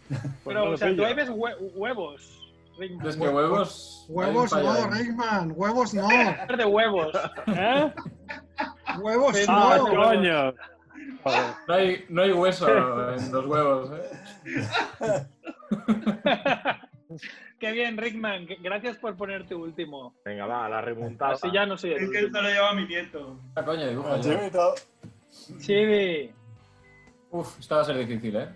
Speaker 12: Pues no
Speaker 11: Pero,
Speaker 12: lo
Speaker 11: o sea, tú
Speaker 12: pillo.
Speaker 11: ahí ves hue- huevos. Rickman.
Speaker 9: Es que huevos.
Speaker 8: Huevos
Speaker 9: hay un fallo
Speaker 8: no,
Speaker 9: ahí.
Speaker 8: Rickman. Huevos no.
Speaker 11: de huevos. [laughs]
Speaker 12: ¿Eh?
Speaker 8: Huevos
Speaker 12: Ah,
Speaker 8: no.
Speaker 12: coño. Joder.
Speaker 9: No hay, no hay hueso en los huevos, ¿eh?
Speaker 11: Qué bien, Rickman. Gracias por ponerte último.
Speaker 10: Venga, va, la remontada.
Speaker 11: Así ya no soy el
Speaker 7: Es que
Speaker 11: último.
Speaker 7: esto lo lleva mi nieto.
Speaker 9: Ah, coño, dibuja
Speaker 3: Bueno,
Speaker 9: ya.
Speaker 3: Chivito.
Speaker 11: Chibi.
Speaker 9: Uf, esta va a ser difícil, ¿eh?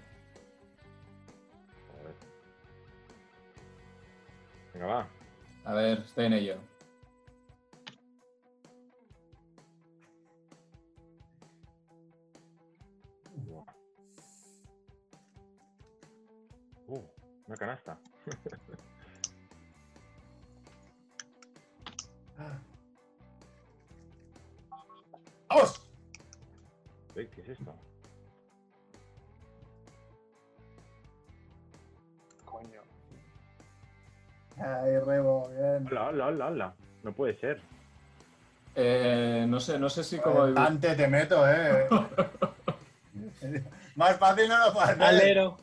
Speaker 10: Venga, va.
Speaker 9: A ver, estoy en ello.
Speaker 10: [laughs] Uh, una canasta.
Speaker 3: ¡Vamos!
Speaker 10: Ey, ¿Qué es esto?
Speaker 9: coño.
Speaker 3: Ay, Eh, Rebo, bien.
Speaker 9: Hola, hola, hola, hola. No puede ser.
Speaker 13: Eh, no sé, no sé si como.
Speaker 3: Dante, te meto,
Speaker 9: [laughs]
Speaker 3: eh. Más fácil no lo puedo hacer.
Speaker 11: Alero.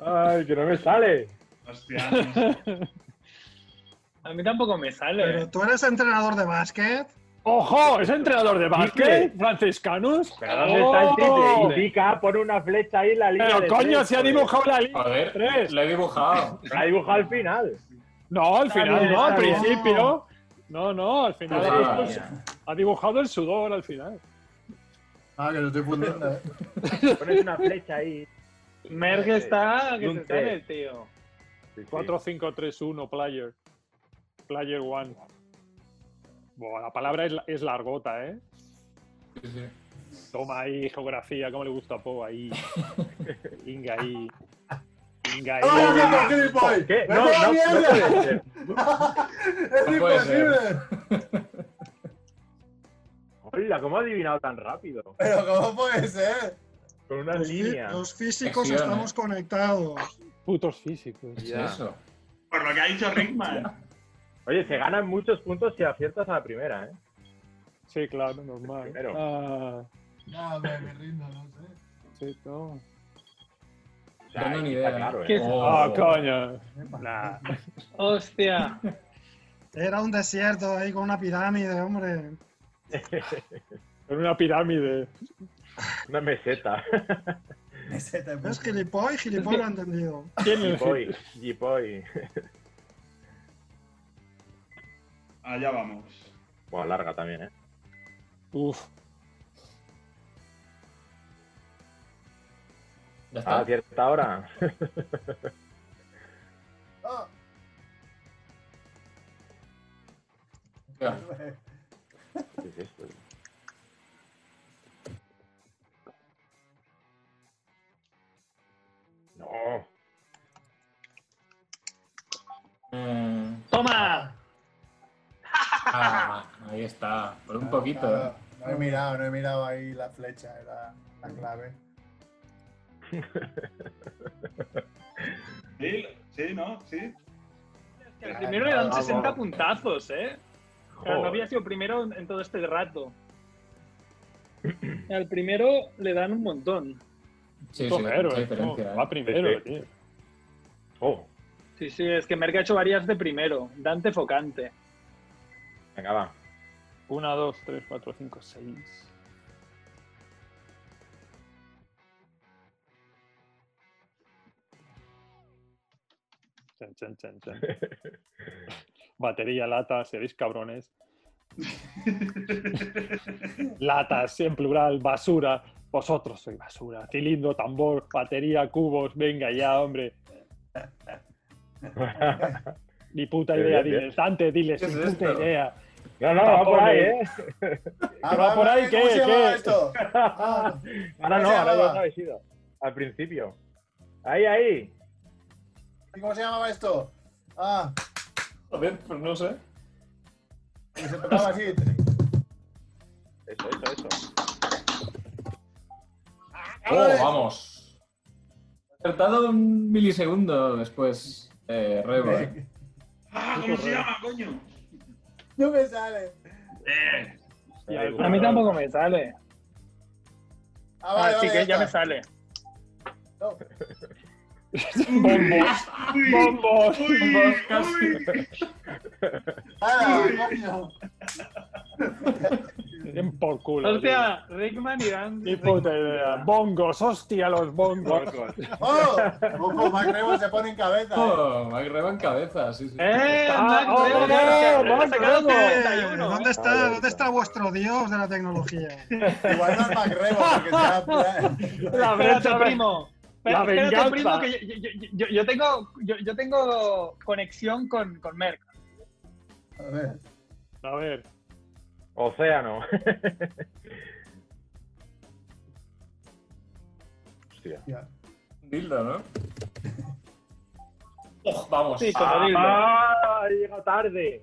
Speaker 9: Ay, que no me sale.
Speaker 7: Hostia.
Speaker 11: [laughs] A mí tampoco me sale.
Speaker 8: Pero tú eres entrenador de básquet.
Speaker 12: ¡Ojo! ¿Es entrenador de básquet? ¿Franciscanus?
Speaker 9: ¿Pero dónde está el
Speaker 12: ¡Oh!
Speaker 9: triple? Indica, pone una flecha ahí en la línea.
Speaker 12: Pero
Speaker 9: de
Speaker 12: coño,
Speaker 9: tres,
Speaker 12: si ha
Speaker 9: joder.
Speaker 12: dibujado la línea.
Speaker 13: Joder,
Speaker 12: Tres.
Speaker 13: lo he dibujado.
Speaker 9: La ha dibujado al final.
Speaker 12: No, al
Speaker 9: Está
Speaker 12: final
Speaker 9: bien,
Speaker 12: no, al
Speaker 9: está bien.
Speaker 12: principio. No, no, al final.
Speaker 9: Ah,
Speaker 12: ha dibujado el-
Speaker 9: mira.
Speaker 12: ha dibujado el sudor al final.
Speaker 3: [laughs] Ah, que lo estoy fundiendo, eh.
Speaker 9: Pones una flecha
Speaker 12: [laughs]
Speaker 9: ahí.
Speaker 11: Merck está
Speaker 9: De
Speaker 11: que
Speaker 9: un
Speaker 11: se
Speaker 9: tres.
Speaker 11: sale el tío.
Speaker 12: 4-5-3-1, player. Player one. Buah, la palabra es, la- es largota, ¿eh? Toma ahí, geografía, cómo le gusta a
Speaker 13: [laughs]
Speaker 12: Po ahí. Inga ahí. Inga ahí.
Speaker 3: ¡Ah, que no, gilipollas!
Speaker 9: ¿Qué?
Speaker 3: ¡Me
Speaker 9: No,
Speaker 3: cago en
Speaker 9: no,
Speaker 3: mierda!
Speaker 9: no
Speaker 13: No
Speaker 3: [laughs] ¡Es
Speaker 9: puede ser.
Speaker 13: puede ser.
Speaker 3: imposible!
Speaker 9: Hola, ¿cómo ha adivinado tan rápido?
Speaker 3: Pero, ¿cómo puede ser?
Speaker 9: Con unas
Speaker 8: Los, fí-
Speaker 9: líneas.
Speaker 8: los físicos
Speaker 13: Acción, ¿eh?
Speaker 9: eh.
Speaker 8: estamos conectados.
Speaker 12: Putos físicos.
Speaker 13: ¿Qué
Speaker 7: Ya.
Speaker 13: es eso?
Speaker 7: Por lo que ha dicho Rickman.
Speaker 9: Oye, se ganan muchos puntos si aciertas a la primera, ¿eh?
Speaker 12: Sí, claro, normal.
Speaker 9: Primero.
Speaker 12: Ah,
Speaker 8: No, me, me rindo, no sé.
Speaker 12: sí, no.
Speaker 9: O sea,
Speaker 13: Tengo ni
Speaker 9: está
Speaker 13: idea.
Speaker 9: claro, ¿eh?
Speaker 11: ¿Qué es-
Speaker 12: Ah,
Speaker 13: Oh.
Speaker 12: coño.
Speaker 9: Nah.
Speaker 11: Hostia.
Speaker 8: [laughs] Era un desierto ahí con una pirámide, hombre.
Speaker 12: En una pirámide.
Speaker 9: Una meseta.
Speaker 3: [laughs] Ese te
Speaker 8: Es gilipoy, gilipoy lo ha entendido.
Speaker 12: ¿Quién es?
Speaker 9: Jipoy,
Speaker 11: Ah,
Speaker 9: Jipoy.
Speaker 7: Allá vamos.
Speaker 9: Bueno, larga también, ¿eh?
Speaker 12: Uf.
Speaker 13: Ya
Speaker 9: Ah,
Speaker 13: está.
Speaker 9: acierta ahora.
Speaker 3: Ah,
Speaker 13: Ya.
Speaker 9: ¿Qué es esto? No.
Speaker 13: Eh,
Speaker 11: ¡Toma!
Speaker 13: ah, ahí está. Por un poquito,
Speaker 3: claro,
Speaker 13: ¿eh?
Speaker 3: No he mirado, no he mirado ahí la flecha, era la clave.
Speaker 7: ¿Sí? ¿Sí? ¿No? ¿Sí?
Speaker 11: Que al primero le dan
Speaker 9: Vamos.
Speaker 11: 60 puntazos, ¿eh? Claro,
Speaker 9: Joder.
Speaker 11: no había sido primero en todo este rato. [clears throat] Al primero le dan un montón.
Speaker 13: Sí, sí,
Speaker 12: Puto héroe,
Speaker 13: mucha
Speaker 12: ¿no?
Speaker 13: diferencia.
Speaker 12: Va
Speaker 13: ¿eh?
Speaker 12: primero,
Speaker 9: Sí,
Speaker 12: tío.
Speaker 9: Oh,
Speaker 11: Sí, sí, es que Merck ha hecho varias de primero. Dante Focante.
Speaker 9: venga, va.
Speaker 12: 1, 2, 3, 4, 5, 6. Chan, chan, chan,
Speaker 9: [laughs]
Speaker 12: chan. Batería, lata, seréis cabrones. Latas, en plural, basura. Vosotros sois basura. Cilindro, tambor, batería, cubos. Venga
Speaker 9: [laughs]
Speaker 12: ya, hombre. Ni puta
Speaker 9: Bien,
Speaker 12: idea,
Speaker 9: bien, bien.
Speaker 12: diles. Dante, diles,
Speaker 13: ¿Qué
Speaker 12: ni
Speaker 13: es
Speaker 12: puta
Speaker 13: esto?
Speaker 12: idea.
Speaker 9: No, no, va por ahí, ¿eh?
Speaker 3: Ah,
Speaker 12: ¿Pero va por ahí
Speaker 3: ¿cómo
Speaker 12: qué?
Speaker 3: se llamaba
Speaker 12: ¿Qué?
Speaker 9: [laughs]
Speaker 3: esto? Ah,
Speaker 9: Ahora no,
Speaker 3: se
Speaker 9: ahora
Speaker 3: llamaba?
Speaker 9: ya sabes ido. Al principio. Ahí, ahí.
Speaker 3: ¿y ¿Cómo se llamaba esto? Ah,
Speaker 13: Joder, pues no sé.
Speaker 3: que se tocaba así.
Speaker 9: Eso, eso, eso.
Speaker 3: Ah,
Speaker 13: Oh, vamos. He Acertado un milisegundo después. Eh, Rebo, ¿eh?
Speaker 7: ¡Ah! ¿Cómo se llama, coño?
Speaker 3: No me sale.
Speaker 7: Eh,
Speaker 12: Y
Speaker 9: Ahí,
Speaker 12: al-
Speaker 9: bueno.
Speaker 11: A mí tampoco me sale.
Speaker 3: Ah, vale,
Speaker 11: Así
Speaker 3: vale,
Speaker 11: que ya
Speaker 3: está.
Speaker 11: me sale.
Speaker 3: No.
Speaker 12: Bombos. Bombos.
Speaker 13: Vos casi.
Speaker 3: Ah, coño.
Speaker 12: Bien por culo. tío.
Speaker 11: Hostia, Rickman y Dante.
Speaker 12: Ni puta idea. Bongos, hostia, los bongos.
Speaker 9: [laughs]
Speaker 3: ¡Oh! Ojo, Mac Rebo se pone en cabeza. eh.
Speaker 13: Oh, Mike Rebo en cabeza, sí, sí.
Speaker 11: ¡Eh!
Speaker 12: Ah,
Speaker 11: Mac
Speaker 12: oh,
Speaker 11: Rebo,
Speaker 12: oh,
Speaker 11: que
Speaker 12: Mac
Speaker 11: ha
Speaker 12: Rebo.
Speaker 11: sacado 91,
Speaker 8: ¿Dónde
Speaker 11: ¿eh?
Speaker 9: Ah, ya
Speaker 8: está, ¿Dónde
Speaker 9: está.
Speaker 8: está vuestro dios de
Speaker 11: [laughs]
Speaker 8: la tecnología?
Speaker 3: Igual no es Mac Rebo, porque sea.
Speaker 12: La brecha,
Speaker 11: Espérate, primo.
Speaker 12: La
Speaker 11: Espérate,
Speaker 12: venganza.
Speaker 11: primo, que yo, yo- yo- yo tengo, yo, yo tengo conexión con, con Merck.
Speaker 3: A ver.
Speaker 12: A ver.
Speaker 3: [laughs]
Speaker 9: Océano. Hostia.
Speaker 3: ya.
Speaker 13: Dildo, ¿no? Oh, vamos.
Speaker 11: Sí, con Rodildo.
Speaker 9: ¡Ah! He llegado tarde.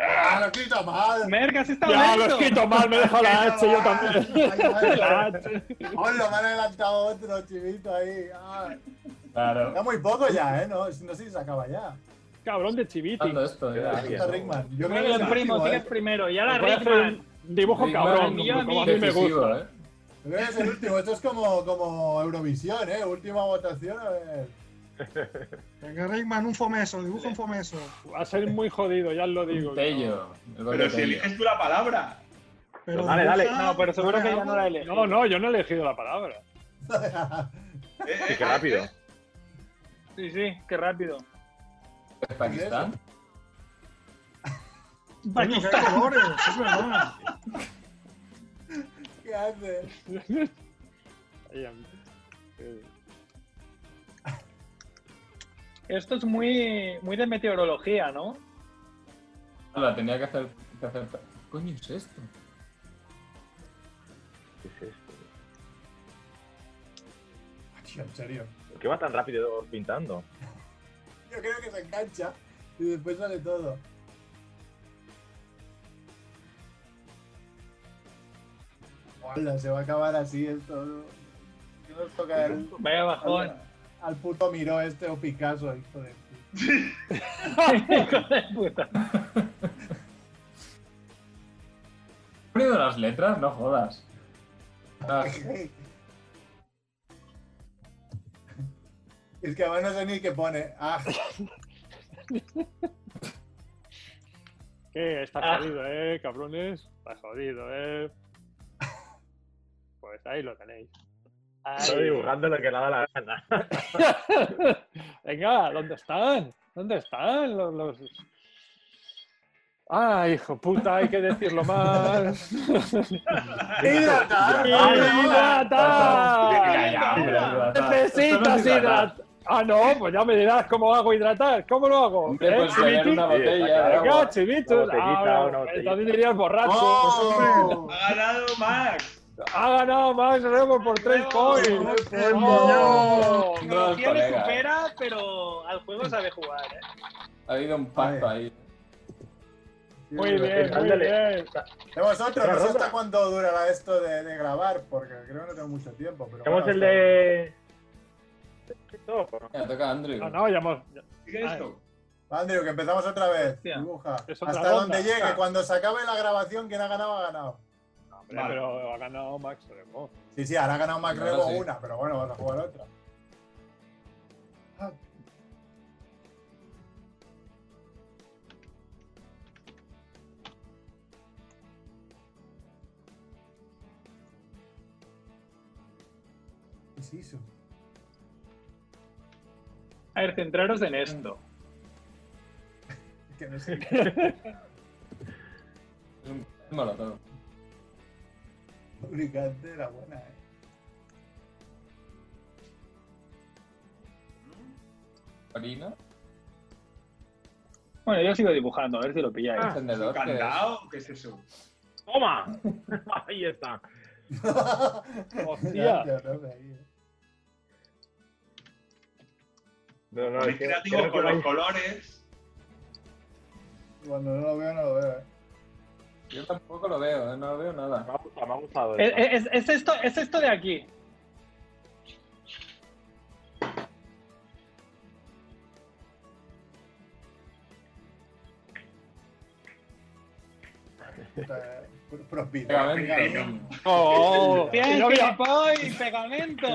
Speaker 3: ¡Ah, lo quito mal!
Speaker 11: Merck, has estado
Speaker 12: Ya, lo
Speaker 11: lento.
Speaker 12: escrito mal, me he dejado la H yo también.
Speaker 3: Ay, madre.
Speaker 12: La H.
Speaker 3: ¡Oh, lo me han adelantado otro chivito ahí! Ah.
Speaker 9: Claro.
Speaker 3: Queda muy poco ya, ¿eh? No, no sé si se acaba ya.
Speaker 12: Cabrón de chiviti.
Speaker 9: esto, eh,
Speaker 3: ya. Ahí está Rickman. Yo creo
Speaker 11: Sigue
Speaker 3: que es
Speaker 11: el
Speaker 3: el
Speaker 11: primo,
Speaker 3: último,
Speaker 11: sigue
Speaker 3: ¿eh?
Speaker 11: el primero. Y ahora
Speaker 12: Voy a hacer
Speaker 11: Rickman.
Speaker 12: un dibujo
Speaker 9: Rickman,
Speaker 12: cabrón,
Speaker 11: como-
Speaker 12: como,
Speaker 11: como
Speaker 12: a mí me
Speaker 9: decisivo,
Speaker 12: gusta.
Speaker 9: ¿eh?
Speaker 3: Creo que es el último. Esto es como, como Eurovisión, ¿eh? Última votación, a ver.
Speaker 8: Venga, Rickman, un fomeso, dibuja un fomeso.
Speaker 12: Va a ser muy jodido, ya os lo digo.
Speaker 9: Tello.
Speaker 7: Pero si eliges tú la palabra. [laughs]
Speaker 8: Pero
Speaker 11: Dale, dale.
Speaker 8: dibuja-
Speaker 11: No, pero seguro
Speaker 8: dale
Speaker 11: que ya no
Speaker 8: algo.
Speaker 11: la elegí.
Speaker 12: No, no, yo no he elegido la palabra.
Speaker 7: Eh,
Speaker 10: qué
Speaker 7: eh,
Speaker 12: [laughs]
Speaker 10: rápido.
Speaker 11: [laughs] Sí, sí, qué rápido.
Speaker 9: ¿Es Pakistán?
Speaker 8: Coño, qué colores, es verdad.
Speaker 3: [laughs] ¿Qué hace?
Speaker 12: Ahí, eh,
Speaker 11: [laughs] Esto es muy, muy de meteorología, ¿no?
Speaker 9: La tenía que hacer, que hacer. ¿Qué coño es esto?
Speaker 10: ¿Qué es esto?
Speaker 3: Ah, Tío, en serio.
Speaker 10: ¿Por qué va tan rápido pintando?
Speaker 3: Yo creo que se engancha y después sale todo. Hola, se va a acabar así esto. ¿no? ¿Qué nos toca el-
Speaker 11: Vaya bajón.
Speaker 3: al, al puto Miró este o Picasso? Hijo de puta.
Speaker 11: Hijo de puta.
Speaker 12: [laughs]
Speaker 9: ¿Has ponido las letras?
Speaker 3: [laughs]
Speaker 9: No jodas. Ah,
Speaker 3: Es que además no sé ni qué pone. Ah,
Speaker 12: ¿Qué? Está
Speaker 11: Ah.
Speaker 12: jodido, ¿eh, cabrones? Está jodido, ¿eh? Pues ahí lo tenéis.
Speaker 10: Estoy
Speaker 12: Ahí.
Speaker 10: dibujando lo que le da la gana.
Speaker 12: [laughs] Venga, ¿dónde están? ¿Dónde están los... los... Ah, hijo puta, hay que
Speaker 10: [laughs]
Speaker 12: decirlo más. [laughs]
Speaker 3: ¡Hidratar!
Speaker 9: ya,
Speaker 12: ¡Hidratar!
Speaker 9: ya, hombre, hidratar. Esto no
Speaker 12: ¡Necesitas
Speaker 9: es hidratar.
Speaker 12: hidratar! Ah, no, pues ya me dirás cómo hago hidratar. ¿Cómo lo hago?
Speaker 9: Hombre,
Speaker 12: ¿Eh,
Speaker 9: pues
Speaker 12: chiviti?
Speaker 9: beber
Speaker 10: Sí,
Speaker 9: una
Speaker 10: está
Speaker 9: botella. de
Speaker 10: claro.
Speaker 9: agua.
Speaker 12: Venga, chivitos.
Speaker 10: Una botellita,
Speaker 12: Ah,
Speaker 10: una botellita.
Speaker 12: Entonces dirías borracho. [laughs]
Speaker 3: ¡Oh!
Speaker 7: Ha ganado Max.
Speaker 12: Ha ganado Max Rebo por 3 points.
Speaker 3: ¡Qué
Speaker 12: ¡Oh!
Speaker 9: No,
Speaker 11: Tecnología le
Speaker 9: colega.
Speaker 11: supera, pero al juego sabe jugar, ¿eh?
Speaker 9: Ha habido un pacto ahí.
Speaker 12: Muy bien, muy
Speaker 10: Ándale.
Speaker 12: bien.
Speaker 3: De vosotros,
Speaker 10: Otra
Speaker 3: no sé
Speaker 10: ronda.
Speaker 3: hasta cuándo durará esto de, de grabar, porque creo que no tengo mucho tiempo. Pero
Speaker 10: Tenemos
Speaker 3: bueno,
Speaker 10: el de. ¿Esto?
Speaker 9: Ya toca a Andrew.
Speaker 12: No, no, ya hemos. ya-
Speaker 7: Sigue esto.
Speaker 3: Andrew, Ah, que empezamos otra vez.
Speaker 11: Hostia.
Speaker 3: Dibuja.
Speaker 12: Es otra
Speaker 3: Hasta
Speaker 12: ronda.
Speaker 3: donde llegue.
Speaker 12: Ah.
Speaker 3: Cuando se acabe la grabación, quien ha ganado, ha ganado.
Speaker 12: hombre,
Speaker 7: Vale.
Speaker 12: Pero ha ganado Max Rebo.
Speaker 3: Sí, sí, ahora ha ganado Mac
Speaker 9: Ahora
Speaker 3: Rebo
Speaker 9: sí.
Speaker 3: una, pero bueno, vamos a jugar otra. Ah, ¿Qué es eso?
Speaker 11: A ver, centraros en esto.
Speaker 3: Es [laughs] que no
Speaker 9: [laughs]
Speaker 3: sé.
Speaker 9: Es un molotov.
Speaker 3: Lubricante era buena, eh.
Speaker 9: Orina.
Speaker 11: Bueno, yo sigo dibujando, a ver si lo pilláis.
Speaker 9: Encendedor. que es-
Speaker 3: pues.
Speaker 7: ¿Candado? ¿Qué es eso?
Speaker 10: ¡Toma! [laughs] Ahí está.
Speaker 12: Hostia.
Speaker 3: Gracias, Rafa, ahí, eh.
Speaker 10: No, no,
Speaker 7: Muy
Speaker 10: es que,
Speaker 7: creativo
Speaker 10: creo que
Speaker 7: con los
Speaker 10: vais-
Speaker 7: colores.
Speaker 3: Cuando
Speaker 12: [laughs]
Speaker 3: no lo veo, no lo veo. eh.
Speaker 9: Yo tampoco lo veo, eh, no veo nada.
Speaker 10: me ha gustado, me ha gustado.
Speaker 11: Es,
Speaker 10: esta.
Speaker 11: es- es esto, es esto de aquí.
Speaker 3: Está, eh, pro- Prospito.
Speaker 9: Pegamento.
Speaker 3: Venga,
Speaker 9: Mm.
Speaker 7: [laughs]
Speaker 12: Oh,
Speaker 11: Bien,
Speaker 12: y no había-
Speaker 11: gilipoy, pegamento.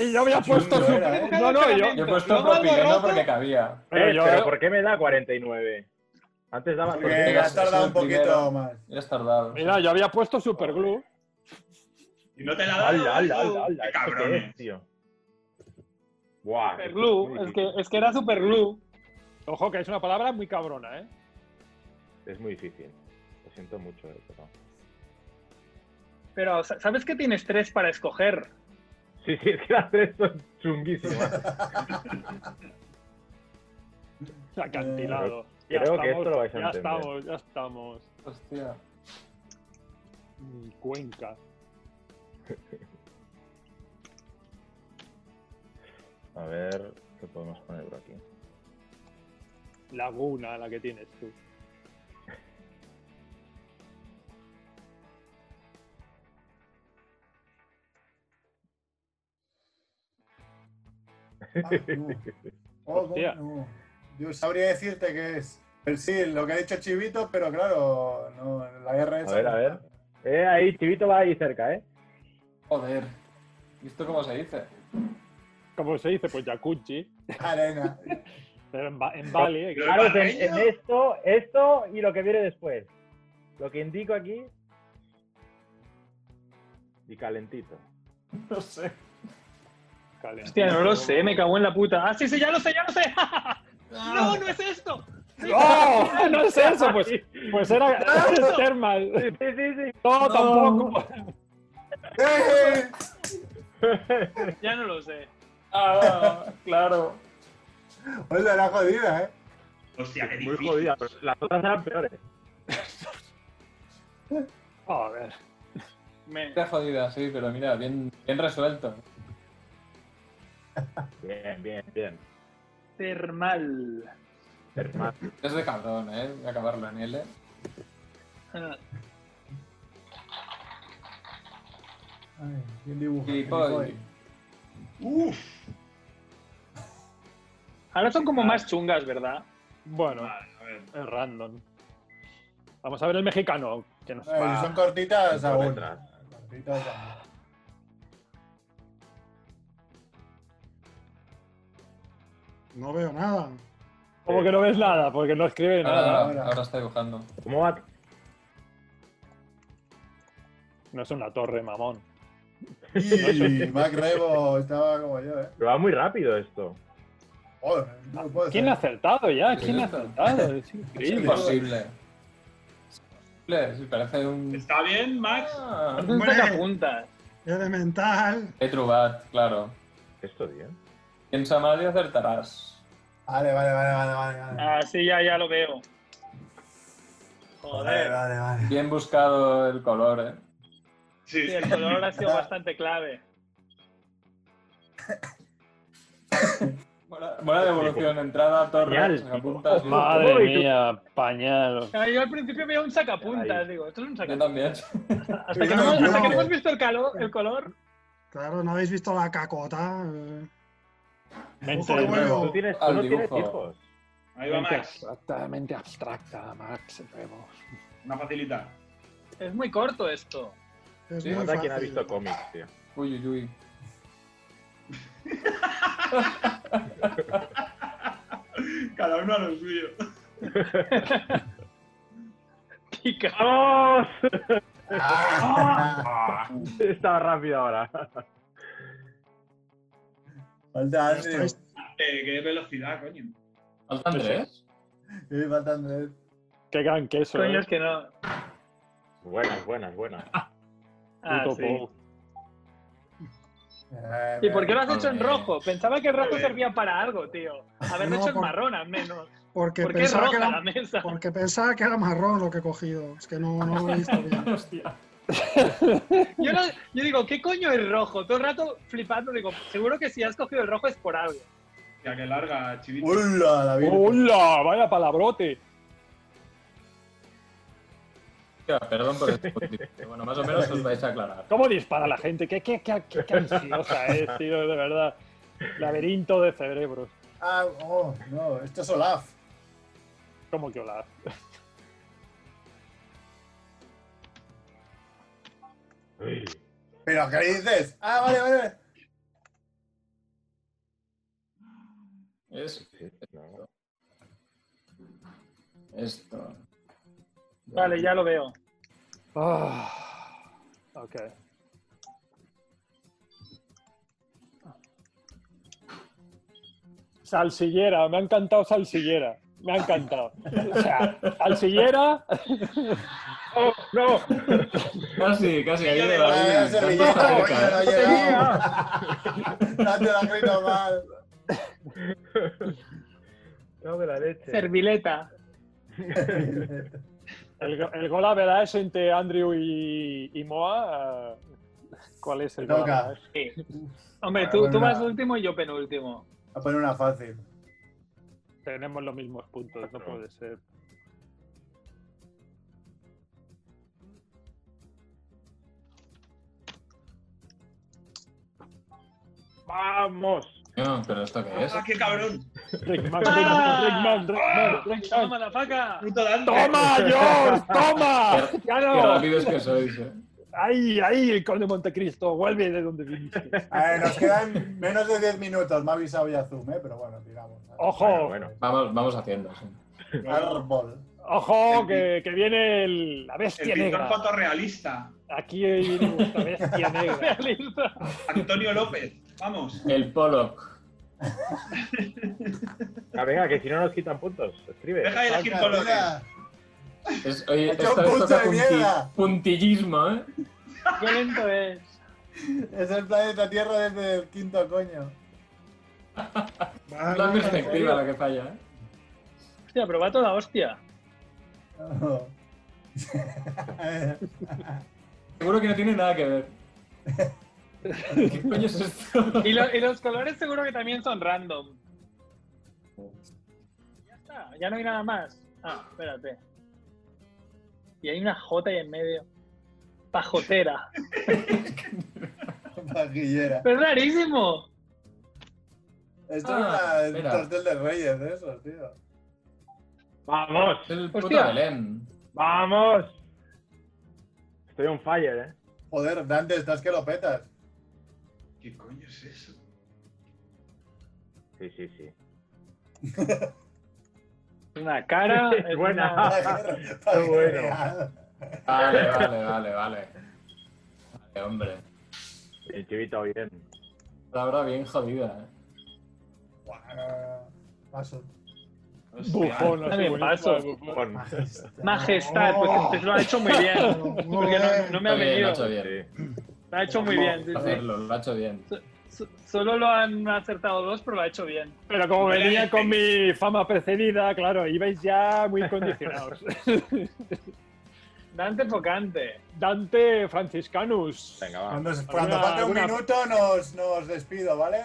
Speaker 12: y yo había puesto
Speaker 9: Chulo
Speaker 12: su.
Speaker 3: era, ¿eh?
Speaker 12: No, no, yo.
Speaker 9: Yo he
Speaker 11: Entonces,
Speaker 9: puesto
Speaker 11: ¿no va algo
Speaker 9: propileno
Speaker 11: roto?
Speaker 9: porque cabía.
Speaker 10: Eh,
Speaker 12: Pero yo.
Speaker 10: pero ¿por qué me da 49? Antes daba.
Speaker 3: Porque
Speaker 9: has
Speaker 3: has tardado
Speaker 9: sido
Speaker 3: un
Speaker 9: el primero.
Speaker 3: poquito más.
Speaker 9: Ya has tardado.
Speaker 12: Mira, yo había puesto superglue.
Speaker 7: Y no te la da.
Speaker 10: ¡Hala, hala, hala! hala ¿Esto
Speaker 7: Qué
Speaker 10: qué
Speaker 7: cabrones.
Speaker 10: es, tío? ¡Buah! esto es
Speaker 11: Superglue,
Speaker 10: muy
Speaker 11: es que,
Speaker 10: difícil,
Speaker 11: es que era superglue.
Speaker 12: Ojo, que es una palabra muy cabrona, ¿eh?
Speaker 10: Es muy difícil. Lo siento mucho, eh, pero.
Speaker 11: Pero sa- sabes que tienes tres para escoger.
Speaker 10: Sí, sí, es que las tres son chunguísimas.
Speaker 12: [laughs] Acantilado. Ya
Speaker 10: Eh, Creo
Speaker 12: estamos,
Speaker 10: que esto lo vais a
Speaker 12: ya
Speaker 10: entender.
Speaker 12: estamos, ya estamos.
Speaker 9: Hostia.
Speaker 12: Mm, Cuenca.
Speaker 10: [laughs] A ver, ¿qué podemos poner por aquí?
Speaker 12: Laguna, la que tienes tú.
Speaker 9: Ah,
Speaker 3: Oh, bueno. Yo sabría decirte que es. pero sí, lo que ha dicho Chivito, pero claro, no, la R es.
Speaker 10: A ver, a ver. Eh, ahí, Chivito va ahí cerca, ¿eh?
Speaker 9: Joder. ¿Y esto cómo se dice?
Speaker 12: ¿Cómo se dice? Pues Yakuchi.
Speaker 3: Arena.
Speaker 12: [laughs] Pero en, ba- en Bali. ¿eh?
Speaker 10: Claro, en, en esto, esto y lo que viene después. Lo que indico aquí. Y calentito.
Speaker 9: No sé.
Speaker 11: Hostia, no lo sé, me cago en la puta. Ah, sí, sí, ya lo sé, [laughs] ya lo sé. no, no es esto.
Speaker 12: ¡No! No es eso, pues, pues
Speaker 11: [laughs]
Speaker 12: era
Speaker 11: Claro.
Speaker 12: Thermal.
Speaker 10: Sí, sí, sí.
Speaker 12: No,
Speaker 11: No.
Speaker 12: [laughs] tampoco.
Speaker 11: Ya no lo sé.
Speaker 9: Ah, claro.
Speaker 3: Oye, la jodida, ¿eh?
Speaker 7: Hostia, qué
Speaker 10: Muy
Speaker 7: difícil.
Speaker 10: jodida, pero las otras eran peores.
Speaker 12: Joder.
Speaker 11: Me-
Speaker 9: Está jodida, sí, pero mira, bien, bien resuelto.
Speaker 10: Bien, bien, bien.
Speaker 11: Termal.
Speaker 10: Hermano.
Speaker 9: Es de cabrón, ¿eh? Voy a acabarlo en L.
Speaker 11: Ah,
Speaker 3: Ay, bien dibujado.
Speaker 9: Gilipoy.
Speaker 3: Uf,
Speaker 11: Ahora son como más chungas, ¿verdad?
Speaker 12: Bueno,
Speaker 7: A ver,
Speaker 12: es random. Vamos a ver el mexicano. Que nos
Speaker 3: eh,
Speaker 12: va.
Speaker 3: son cortitas
Speaker 10: Por
Speaker 3: aún.
Speaker 10: detrás.
Speaker 3: Cortitas aún.
Speaker 8: No veo nada.
Speaker 12: Como que no ves nada, porque no escribe nada.
Speaker 9: Ahora,
Speaker 3: ahora.
Speaker 9: ahora, ahora está dibujando.
Speaker 10: ¿Cómo va?
Speaker 12: No es una torre, mamón.
Speaker 3: Y Mac Rebo estaba como yo, ¿eh?
Speaker 10: Pero va muy rápido esto.
Speaker 3: Joder, no lo puedo
Speaker 12: ¿Quién ha
Speaker 3: hacer.
Speaker 12: acertado ya? ¿Quién ha
Speaker 9: Sí.
Speaker 12: acertado? Es
Speaker 9: Es
Speaker 12: increíble.
Speaker 9: imposible. Es imposible, sí, parece un.
Speaker 7: ¿Está bien, Max?
Speaker 9: Ah,
Speaker 11: Parece un
Speaker 8: Hombre.
Speaker 11: sacapuntas.
Speaker 8: Elemental.
Speaker 9: Petrubat, claro.
Speaker 10: Esto bien.
Speaker 9: Piensa mal y acertarás.
Speaker 3: Vale, vale, vale, vale, vale. vale.
Speaker 11: Ah, sí, ya, ya lo veo.
Speaker 3: Vale,
Speaker 11: Joder.
Speaker 3: vale, vale.
Speaker 9: Bien buscado el color, ¿eh?
Speaker 7: Sí.
Speaker 11: Sí, el color ha sido bastante clave.
Speaker 9: Buena, buena devolución, entrada, torres,
Speaker 10: Genial.
Speaker 9: apuntas.
Speaker 12: Madre
Speaker 10: Uy, tú-
Speaker 12: mía, pañal.
Speaker 11: Ah, Yo al principio veía un sacapuntas,
Speaker 10: Ahí.
Speaker 11: digo, esto es un
Speaker 9: Yo
Speaker 11: sacapuntas.
Speaker 9: también.
Speaker 11: Hasta que,
Speaker 8: Yo
Speaker 11: no, hasta
Speaker 8: tampoco.
Speaker 11: que hemos visto el, calor, el color,
Speaker 8: Claro, no habéis visto la cacota. eh.
Speaker 12: Mente
Speaker 8: Ojo, bueno.
Speaker 10: Tú tienes, tú
Speaker 9: Al
Speaker 10: no tienes
Speaker 9: dibujo.
Speaker 10: hijos.
Speaker 7: Ahí va,
Speaker 12: Mente
Speaker 7: Max.
Speaker 12: abstracta, mente abstracta, Max Rebo.
Speaker 7: Una facilidad.
Speaker 11: es muy corto esto.
Speaker 8: Es
Speaker 9: Sí,
Speaker 8: muy
Speaker 10: Nota quien ha
Speaker 8: fácil.
Speaker 10: visto cómics, tío.
Speaker 9: Uy, uy, uy.
Speaker 7: Cada uno a lo suyo.
Speaker 11: Pica.
Speaker 10: ¡Vamos!
Speaker 3: Ah,
Speaker 10: Estaba rápido ahora.
Speaker 3: falta Andrew.
Speaker 8: Estáis-
Speaker 7: Eh, qué velocidad, coño. Pues
Speaker 9: ¿Faltan tres?
Speaker 3: Sí, falta Andrew.
Speaker 12: Qué gran queso.
Speaker 11: Coño,
Speaker 12: eh.
Speaker 11: es que no.
Speaker 10: Buenas, buenas, buenas.
Speaker 11: Ah,
Speaker 12: Puto
Speaker 11: sí.
Speaker 12: Pou.
Speaker 3: Eh,
Speaker 11: ¿Y por qué lo has
Speaker 9: Madre
Speaker 11: hecho en
Speaker 9: mía.
Speaker 11: rojo? Pensaba que el rojo servía para algo, tío. Haberlo
Speaker 8: No,
Speaker 11: hecho en
Speaker 8: por-
Speaker 11: marrón, al menos.
Speaker 8: Porque
Speaker 11: ¿Por qué es
Speaker 8: pensaba,
Speaker 11: roja
Speaker 8: que
Speaker 11: la
Speaker 8: era,
Speaker 11: mesa?
Speaker 8: porque pensaba que era marrón lo que he cogido. Es que no, no lo he
Speaker 3: [laughs]
Speaker 7: [laughs]
Speaker 8: visto bien.
Speaker 9: Hostia.
Speaker 11: Yo, no- yo digo, ¿qué coño es rojo? Todo el rato flipando, digo, seguro que si has cogido el rojo es por algo.
Speaker 7: Ya que larga, chivito.
Speaker 3: ¡Hola, David!
Speaker 12: ¡Hola! ¡Vaya palabrote!
Speaker 9: Hostia, Perdón por el Bueno, más o menos os vais a aclarar.
Speaker 12: ¿Cómo dispara la gente? ¿Qué, qué, qué, qué, qué ansiosa es, tío, de verdad. Laberinto de cerebros.
Speaker 3: Ah, oh, no, esto es Olaf.
Speaker 12: ¿Cómo que hola?
Speaker 10: Uy.
Speaker 3: ¿Pero qué dices? Ah, vale, vale.
Speaker 9: Es
Speaker 10: No.
Speaker 9: esto.
Speaker 11: Vale, ya lo veo.
Speaker 12: Ah, ok. Salsillera, me ha encantado salsillera. Me ha encantado. O sea, salsillera,
Speaker 10: ¡Oh, no!
Speaker 9: Casi, casi. Ahí de
Speaker 3: Ah,
Speaker 9: David.
Speaker 3: ya se rellena,
Speaker 9: Está
Speaker 3: coño,
Speaker 9: cerca,
Speaker 3: no ha
Speaker 9: ¿eh?
Speaker 3: llegado. No te lo has escrito mal.
Speaker 10: [laughs] No, de la leche.
Speaker 3: [laughs]
Speaker 11: Servileta.
Speaker 12: el, go- el gol a verdad es entre Andrew y, y Moa. eh, ¿Cuál es el gol? a
Speaker 3: Toca.
Speaker 12: verdad?
Speaker 11: Sí. Hombre,
Speaker 3: Vale,
Speaker 11: tú,
Speaker 3: bueno,
Speaker 11: tú vas
Speaker 3: nada.
Speaker 11: último y yo penúltimo.
Speaker 3: Voy A poner una fácil.
Speaker 12: Tenemos los mismos puntos, no puede ser.
Speaker 10: ¡Vamos!
Speaker 9: No, pero esto qué es.
Speaker 7: ¡Ah, qué cabrón!
Speaker 11: Ah.
Speaker 12: Rickman,
Speaker 11: Rickman,
Speaker 12: Rickman,
Speaker 11: ¡Toma, malafaca!
Speaker 12: ¡Toma, George! ¡Toma!
Speaker 9: Qué-
Speaker 12: ¡Ya
Speaker 9: qué
Speaker 12: no!
Speaker 9: rápidos que sois, eh.
Speaker 12: ¡Ahí, ahí, el conde Montecristo! ¡Vuelve de donde viniste!
Speaker 3: [laughs] A ver, nos quedan menos de 10 minutos. Me ha avisado ya Zoom, ¿eh? pero bueno, tiramos.
Speaker 12: ¡Ojo!
Speaker 9: Vamos, vamos haciendo. sí.
Speaker 3: Árbol.
Speaker 12: ¡Ojo! Que, que viene el- la
Speaker 7: El
Speaker 12: bestia
Speaker 7: pintor
Speaker 12: negra.
Speaker 7: fotorrealista,
Speaker 12: Aquí viene
Speaker 7: [laughs]
Speaker 12: la bestia negra.
Speaker 7: Antonio López. Vamos.
Speaker 9: El Pollock.
Speaker 10: Ah, venga, que si no nos quitan puntos. Escribe.
Speaker 7: Deja de elegir colores.
Speaker 9: Es- oye,
Speaker 10: Ha hecho
Speaker 9: esta
Speaker 10: un
Speaker 9: vez
Speaker 10: punto
Speaker 9: toca
Speaker 10: de
Speaker 9: punti-
Speaker 10: mierda.
Speaker 9: puntillismo, ¿eh?
Speaker 11: ¡Qué lento es!
Speaker 3: Es el planeta Tierra desde el quinto coño.
Speaker 9: La perspectiva la que falla, ¿eh?
Speaker 11: Hostia, pero va toda hostia.
Speaker 10: Oh.
Speaker 9: Seguro que no tiene nada que ver.
Speaker 11: [laughs]
Speaker 9: ¿Qué coño es esto?
Speaker 11: Y, lo- y los colores seguro que también son random. Ya está, ya no hay nada más. Ah, espérate. Y hay una J ahí en medio. Pajotera.
Speaker 3: Paquillera.
Speaker 11: ¡Pero es rarísimo!
Speaker 3: Esto
Speaker 11: Ah,
Speaker 3: es un
Speaker 11: mira.
Speaker 3: tortel de reyes de esos, tío.
Speaker 10: ¡Vamos!
Speaker 9: El
Speaker 3: puto
Speaker 9: Belén.
Speaker 10: ¡Vamos! Estoy on fire, ¿eh?
Speaker 3: Joder, Dante, estás que lo petas.
Speaker 7: ¿Qué coño es eso?
Speaker 10: Sí, sí, sí.
Speaker 11: Una
Speaker 10: [laughs]
Speaker 11: [laughs] cara.
Speaker 10: Es buena.
Speaker 11: [laughs]
Speaker 10: Qué bueno.
Speaker 9: Vale, vale, vale, vale. Vale, hombre.
Speaker 10: El chivito bien.
Speaker 9: Palabra bien jodida, ¿eh?
Speaker 3: Paso.
Speaker 12: Bufón, así,
Speaker 11: También
Speaker 12: buenísimo,
Speaker 11: paso.
Speaker 12: bufón.
Speaker 11: Majestad, pues entonces lo ha hecho muy
Speaker 9: [laughs]
Speaker 11: bien. Porque no, no
Speaker 9: Está bien, lo
Speaker 11: me ha
Speaker 9: ha
Speaker 11: venido.
Speaker 9: hecho bien.
Speaker 11: Lo ha hecho muy bien, sí,
Speaker 9: Vamos a
Speaker 11: sí.
Speaker 9: hacerlo, lo ha hecho bien.
Speaker 11: So- Solo lo han acertado dos, pero lo ha hecho bien.
Speaker 12: Pero como venía con mi fama precedida, claro, ibais ya
Speaker 9: [laughs]
Speaker 12: muy condicionados.
Speaker 11: [laughs] Dante Focante.
Speaker 12: Dante Franciscanus.
Speaker 10: Venga,
Speaker 3: Cuando, cuando falte un minuto nos, nos despido, ¿vale?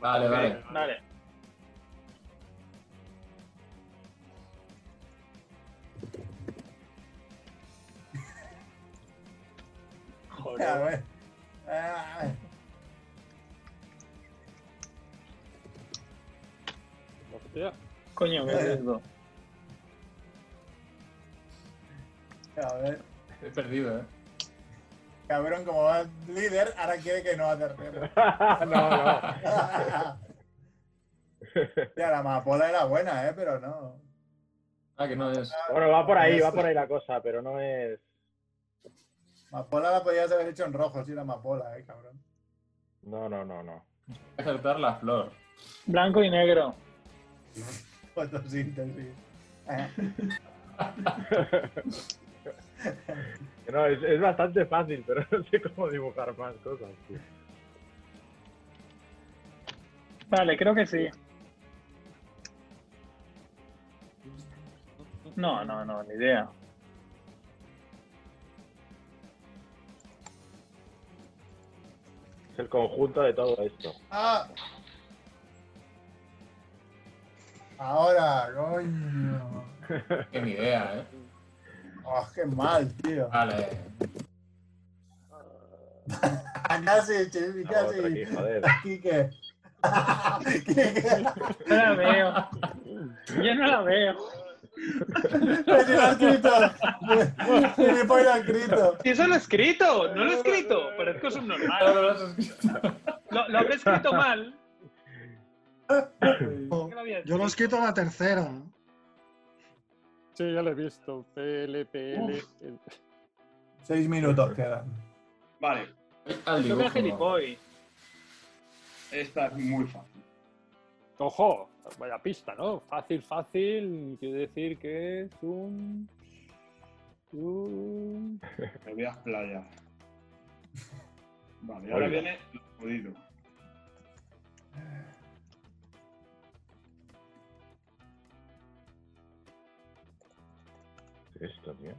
Speaker 9: Vale, vale.
Speaker 11: Vale.
Speaker 3: A ver. Ah.
Speaker 11: Coño,
Speaker 3: [laughs]
Speaker 11: me arriesgo.
Speaker 3: A ver.
Speaker 9: He perdido, ¿eh?
Speaker 3: Cabrón, como va líder, ahora quiere que no acertemos.
Speaker 10: [laughs] no, no.
Speaker 3: [laughs] Ya, la amapola era buena, ¿eh? Pero no.
Speaker 9: Ah, que no es.
Speaker 10: Bueno, va por ahí, va por ahí la cosa, pero no es.
Speaker 3: Amapola la podías haber hecho en rojo, sí, la amapola, ¿eh, cabrón?
Speaker 10: No, no, no, no.
Speaker 9: Hay que acertar la flor.
Speaker 11: Blanco y [laughs] negro.
Speaker 3: Fotosíntesis.
Speaker 10: [laughs] No, es, es bastante fácil, pero [laughs] no sé cómo dibujar más cosas. tío.
Speaker 11: Vale, creo que sí. No, no, no, ni idea.
Speaker 10: Es el conjunto de todo esto.
Speaker 3: ¡Ah! Ahora, coño.
Speaker 9: Que ni idea, ¿eh?
Speaker 3: ¡Oh, qué mal, tío! [laughs]
Speaker 9: Vale.
Speaker 3: Casi, chivi,
Speaker 10: La otra
Speaker 3: casi.
Speaker 10: aquí, joder.
Speaker 3: [laughs] Quique.
Speaker 11: No la veo. Yo no la veo.
Speaker 3: Pero si lo ha escrito. Filipo lo ha
Speaker 11: [laughs]
Speaker 3: escrito.
Speaker 11: Si eso lo he escrito, no lo he escrito. Parezco subnormal.
Speaker 9: No, no lo has escrito.
Speaker 11: Lo, lo habré escrito mal.
Speaker 8: Yo lo he escrito la tercera.
Speaker 12: Sí, ya lo he visto. PL, PL.
Speaker 3: Seis minutos quedan.
Speaker 7: Vale,
Speaker 9: Al
Speaker 11: Yo me
Speaker 9: dibujo.
Speaker 11: gilipoy.
Speaker 7: esta es muy fácil.
Speaker 12: Ojo, vaya pista, ¿no? Fácil, fácil. Quiere decir que es un. un-
Speaker 7: [laughs] Me voy a explayar. Vale, ahora
Speaker 10: Oiga.
Speaker 7: viene lo jodido.
Speaker 10: ¿Qué es esto, tío?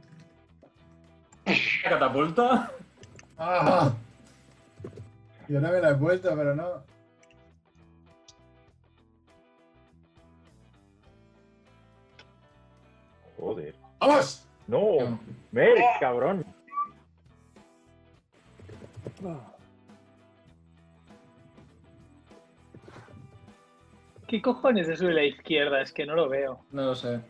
Speaker 9: ¿La catapulta?
Speaker 3: Ah. Yo no me la he puesto, pero no.
Speaker 10: Joder.
Speaker 3: ¡Vamos!
Speaker 10: No, Mer, cabrón.
Speaker 11: ¿Qué cojones es lo de la izquierda? Es que no lo veo.
Speaker 14: No lo sé.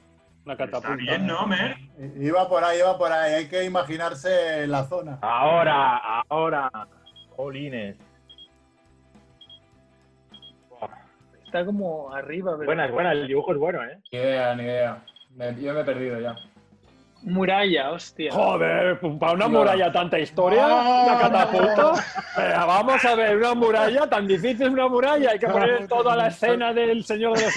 Speaker 12: Una
Speaker 7: catapulta. bien, ¿no, Mer?
Speaker 3: Iba por ahí, iba por ahí. Hay que imaginarse la zona.
Speaker 9: Ahora, ahora. Jolines.
Speaker 11: Está como arriba, pero...
Speaker 9: Buena, es buena, el dibujo es bueno, ¿eh?
Speaker 14: Ni idea, ni idea. Me- yo me he perdido ya.
Speaker 11: Muralla, hostia.
Speaker 12: Joder, para una muralla tanta historia, una catapulta. Pero vamos a ver, una muralla tan difícil es una muralla, hay que poner toda la escena del Señor de los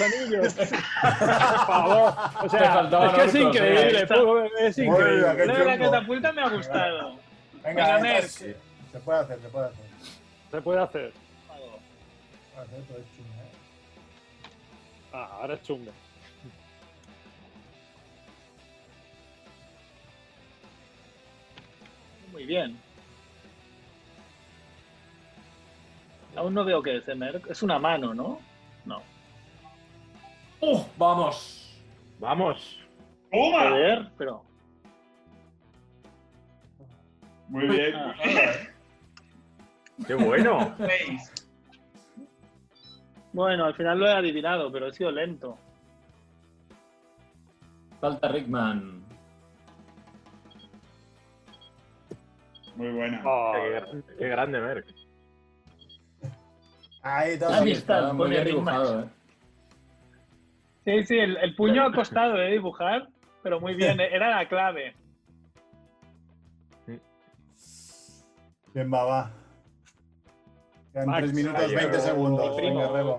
Speaker 7: [laughs]
Speaker 12: Anillos. Por favor.
Speaker 14: [laughs]
Speaker 12: O
Speaker 14: Te
Speaker 12: sea,
Speaker 14: faltaban
Speaker 12: es que es
Speaker 14: orcos, ¿eh?
Speaker 12: increíble,
Speaker 14: Ahí está.
Speaker 12: tú, es
Speaker 14: Muy
Speaker 12: increíble.
Speaker 14: bien, qué
Speaker 11: Lo de la catapulta me ha gustado.
Speaker 3: Venga,
Speaker 11: Venga,
Speaker 3: venga,
Speaker 11: Mer.
Speaker 3: sí. Se puede hacer, se puede hacer.
Speaker 12: Se puede hacer.
Speaker 3: Se puede hacer, pero es chunga, ¿eh?
Speaker 12: Ah, ahora es chungo.
Speaker 11: Muy bien. Aún no veo qué es, ¿eh, Merck? Es una mano, ¿no? No.
Speaker 14: ¡Uh! ¡Vamos!
Speaker 9: Vamos.
Speaker 11: Joder, pero.
Speaker 7: Muy bien.
Speaker 11: Ah,
Speaker 12: [laughs]
Speaker 9: ¡Qué bueno!
Speaker 7: Seis.
Speaker 11: Bueno, al final lo he adivinado, pero he sido lento.
Speaker 14: Falta Rickman.
Speaker 7: Muy buena.
Speaker 11: Ah.
Speaker 9: Qué, gran- qué grande, Merck.
Speaker 3: Ahí todo.
Speaker 11: Ahí está,
Speaker 14: muy bien
Speaker 11: pone
Speaker 14: dibujado, ¿eh?
Speaker 11: Sí, sí, el, el puño ha costado de dibujar, pero muy
Speaker 3: [laughs]
Speaker 11: bien, eh, era la clave.
Speaker 3: Bien, va, va. Quedan
Speaker 12: Max,
Speaker 3: 3 minutos
Speaker 12: ahí,
Speaker 3: 20
Speaker 12: oh,
Speaker 3: segundos.
Speaker 11: primo.
Speaker 3: Venga,
Speaker 11: [laughs]
Speaker 3: Rebo.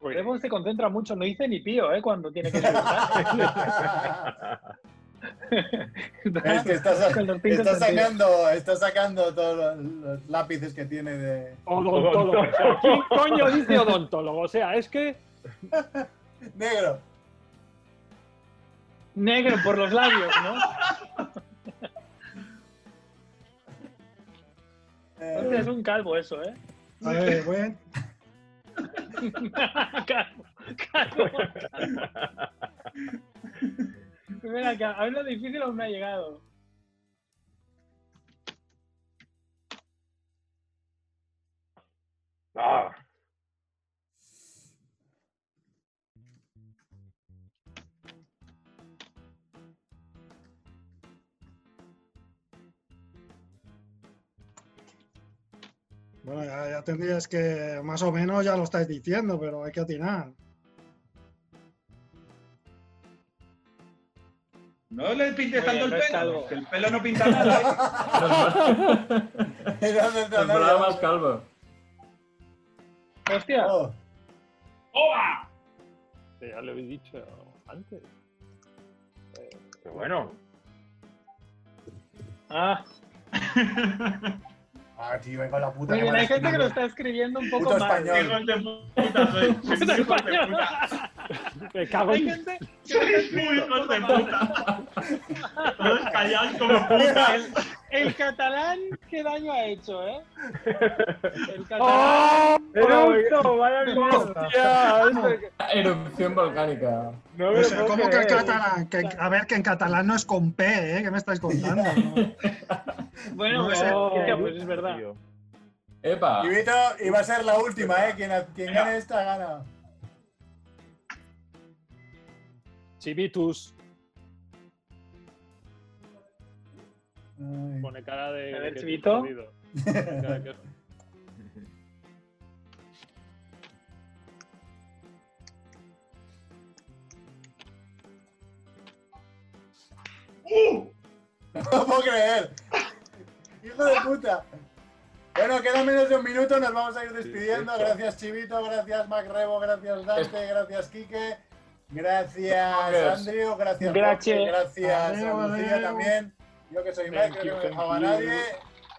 Speaker 11: Rebo se concentra mucho, no dice ni pío, ¿eh? Cuando tiene que [laughs] dibujar.
Speaker 3: [laughs] Es que está, sa-
Speaker 11: Con los cinco
Speaker 3: está
Speaker 11: sentidos.
Speaker 3: sacando, está sacando todos los, los lápices que tiene de.
Speaker 12: Odontólogo. O sea, ¿Quién coño dice odontólogo? O sea, es que.
Speaker 3: Negro.
Speaker 11: Negro por los labios, ¿no?
Speaker 3: [laughs] Eh,
Speaker 11: Hostia, es un calvo eso, ¿eh?
Speaker 8: A ver, voy a-
Speaker 11: calvo, calvo, calvo. Ven acá, a ver lo difícil aún no ha llegado.
Speaker 9: Ah,
Speaker 8: Bueno, ya, ya tendrías que, más o menos ya lo estáis diciendo, pero hay que atinar.
Speaker 7: No le pintes
Speaker 11: Oye,
Speaker 7: tanto
Speaker 11: no
Speaker 7: el
Speaker 11: es
Speaker 7: pelo.
Speaker 11: calvo.
Speaker 7: que El pelo no pinta
Speaker 9: [laughs]
Speaker 7: nada. ¿eh? [laughs]
Speaker 3: mira dónde está,
Speaker 14: El
Speaker 3: dale,
Speaker 14: programa
Speaker 3: dale.
Speaker 14: es calvo.
Speaker 11: Hostia,
Speaker 3: Oh,
Speaker 7: ¡Oba!
Speaker 12: Ya lo he dicho antes.
Speaker 9: qué bueno.
Speaker 11: [laughs] ah,
Speaker 3: Ah, tío, vengo la puta.
Speaker 11: muy
Speaker 3: que
Speaker 11: bien,
Speaker 3: me
Speaker 11: hay
Speaker 3: la
Speaker 11: gente que lo
Speaker 3: escribo.
Speaker 11: está escribiendo un
Speaker 3: Puto
Speaker 11: poco mal.
Speaker 3: español.
Speaker 7: Hijos de puta, soy. sois
Speaker 11: Puto
Speaker 7: hijos de
Speaker 11: español.
Speaker 7: puta.
Speaker 12: Me cago
Speaker 11: Hay
Speaker 12: en.
Speaker 11: gente
Speaker 7: Sois muy hijos de puta. Todos callados como putas.
Speaker 11: El catalán, qué daño ha hecho, ¿eh? El catalán.
Speaker 12: ¡Oh!
Speaker 9: ¡Eructo! ¡Vaya mierda!
Speaker 12: ¡Hostia! este que-
Speaker 14: Erupción volcánica.
Speaker 9: No me
Speaker 8: O
Speaker 9: lo
Speaker 8: sea,
Speaker 9: puedo
Speaker 8: ¿cómo que en
Speaker 9: creer.
Speaker 8: catalán? Que- a ver, que en catalán no es con P, ¿eh? ¿Qué me estáis contando?
Speaker 11: Bueno,
Speaker 8: no
Speaker 11: pues,
Speaker 8: sé.
Speaker 11: hostia, pues es verdad.
Speaker 9: Tío.
Speaker 14: ¡Epa!
Speaker 3: Y Vito, y va a ser la última, ¿eh? Quien, quien gane esta gana.
Speaker 12: Chivitus
Speaker 3: Ay.
Speaker 12: pone cara de.
Speaker 11: A ver,
Speaker 12: de que
Speaker 11: Chivito.
Speaker 12: estoy jodido. Cara que-
Speaker 3: No lo puedo creer. Hijo de puta. Bueno, queda menos de un minuto, nos vamos a ir despidiendo. Gracias Chivito, [laughs] gracias Mac Rebo, gracias Dante, gracias Quique, gracias Andrew, gracias
Speaker 11: Gracias.
Speaker 3: Jorge, gracias
Speaker 8: Adeu,
Speaker 3: a Lucía
Speaker 8: adeu.
Speaker 3: también. Yo que soy Mac,
Speaker 12: Thank
Speaker 3: creo que
Speaker 12: you,
Speaker 3: no me he
Speaker 12: thank
Speaker 3: dejado a
Speaker 12: you.
Speaker 3: nadie.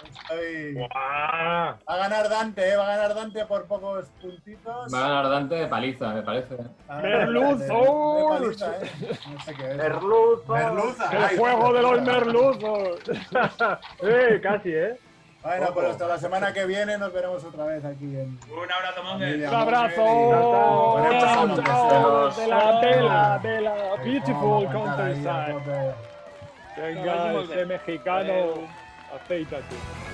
Speaker 3: Estoy-
Speaker 9: ¡Guau!
Speaker 3: Va a ganar Dante, eh, va a ganar Dante por pocos puntitos.
Speaker 14: Va
Speaker 3: Ah,
Speaker 14: a ganar Dante de paliza, me parece.
Speaker 3: Va a ganar Dante.
Speaker 12: Merluzo.
Speaker 3: Qué paliza, eh. No sé qué es.
Speaker 9: ¡Merluzo!
Speaker 3: Merluza.
Speaker 12: ¡El
Speaker 3: Ay,
Speaker 12: juego
Speaker 3: hijo
Speaker 12: de los
Speaker 3: puta.
Speaker 12: merluzos! [laughs]
Speaker 9: ¡Eh! Casi, ¿eh?
Speaker 3: Bueno,
Speaker 9: Ojo.
Speaker 3: pues hasta la semana que viene nos veremos otra vez aquí en
Speaker 7: Un abrazo, monjes.
Speaker 3: Familia
Speaker 12: ¡Un abrazo!
Speaker 3: Monger y-
Speaker 12: ¡Chao, chao! De la tela, de la
Speaker 3: Vamos a
Speaker 12: beautiful
Speaker 3: aguantar ahí a
Speaker 12: countryside.
Speaker 3: tope.
Speaker 12: Venga, ese mexicano, aceítate.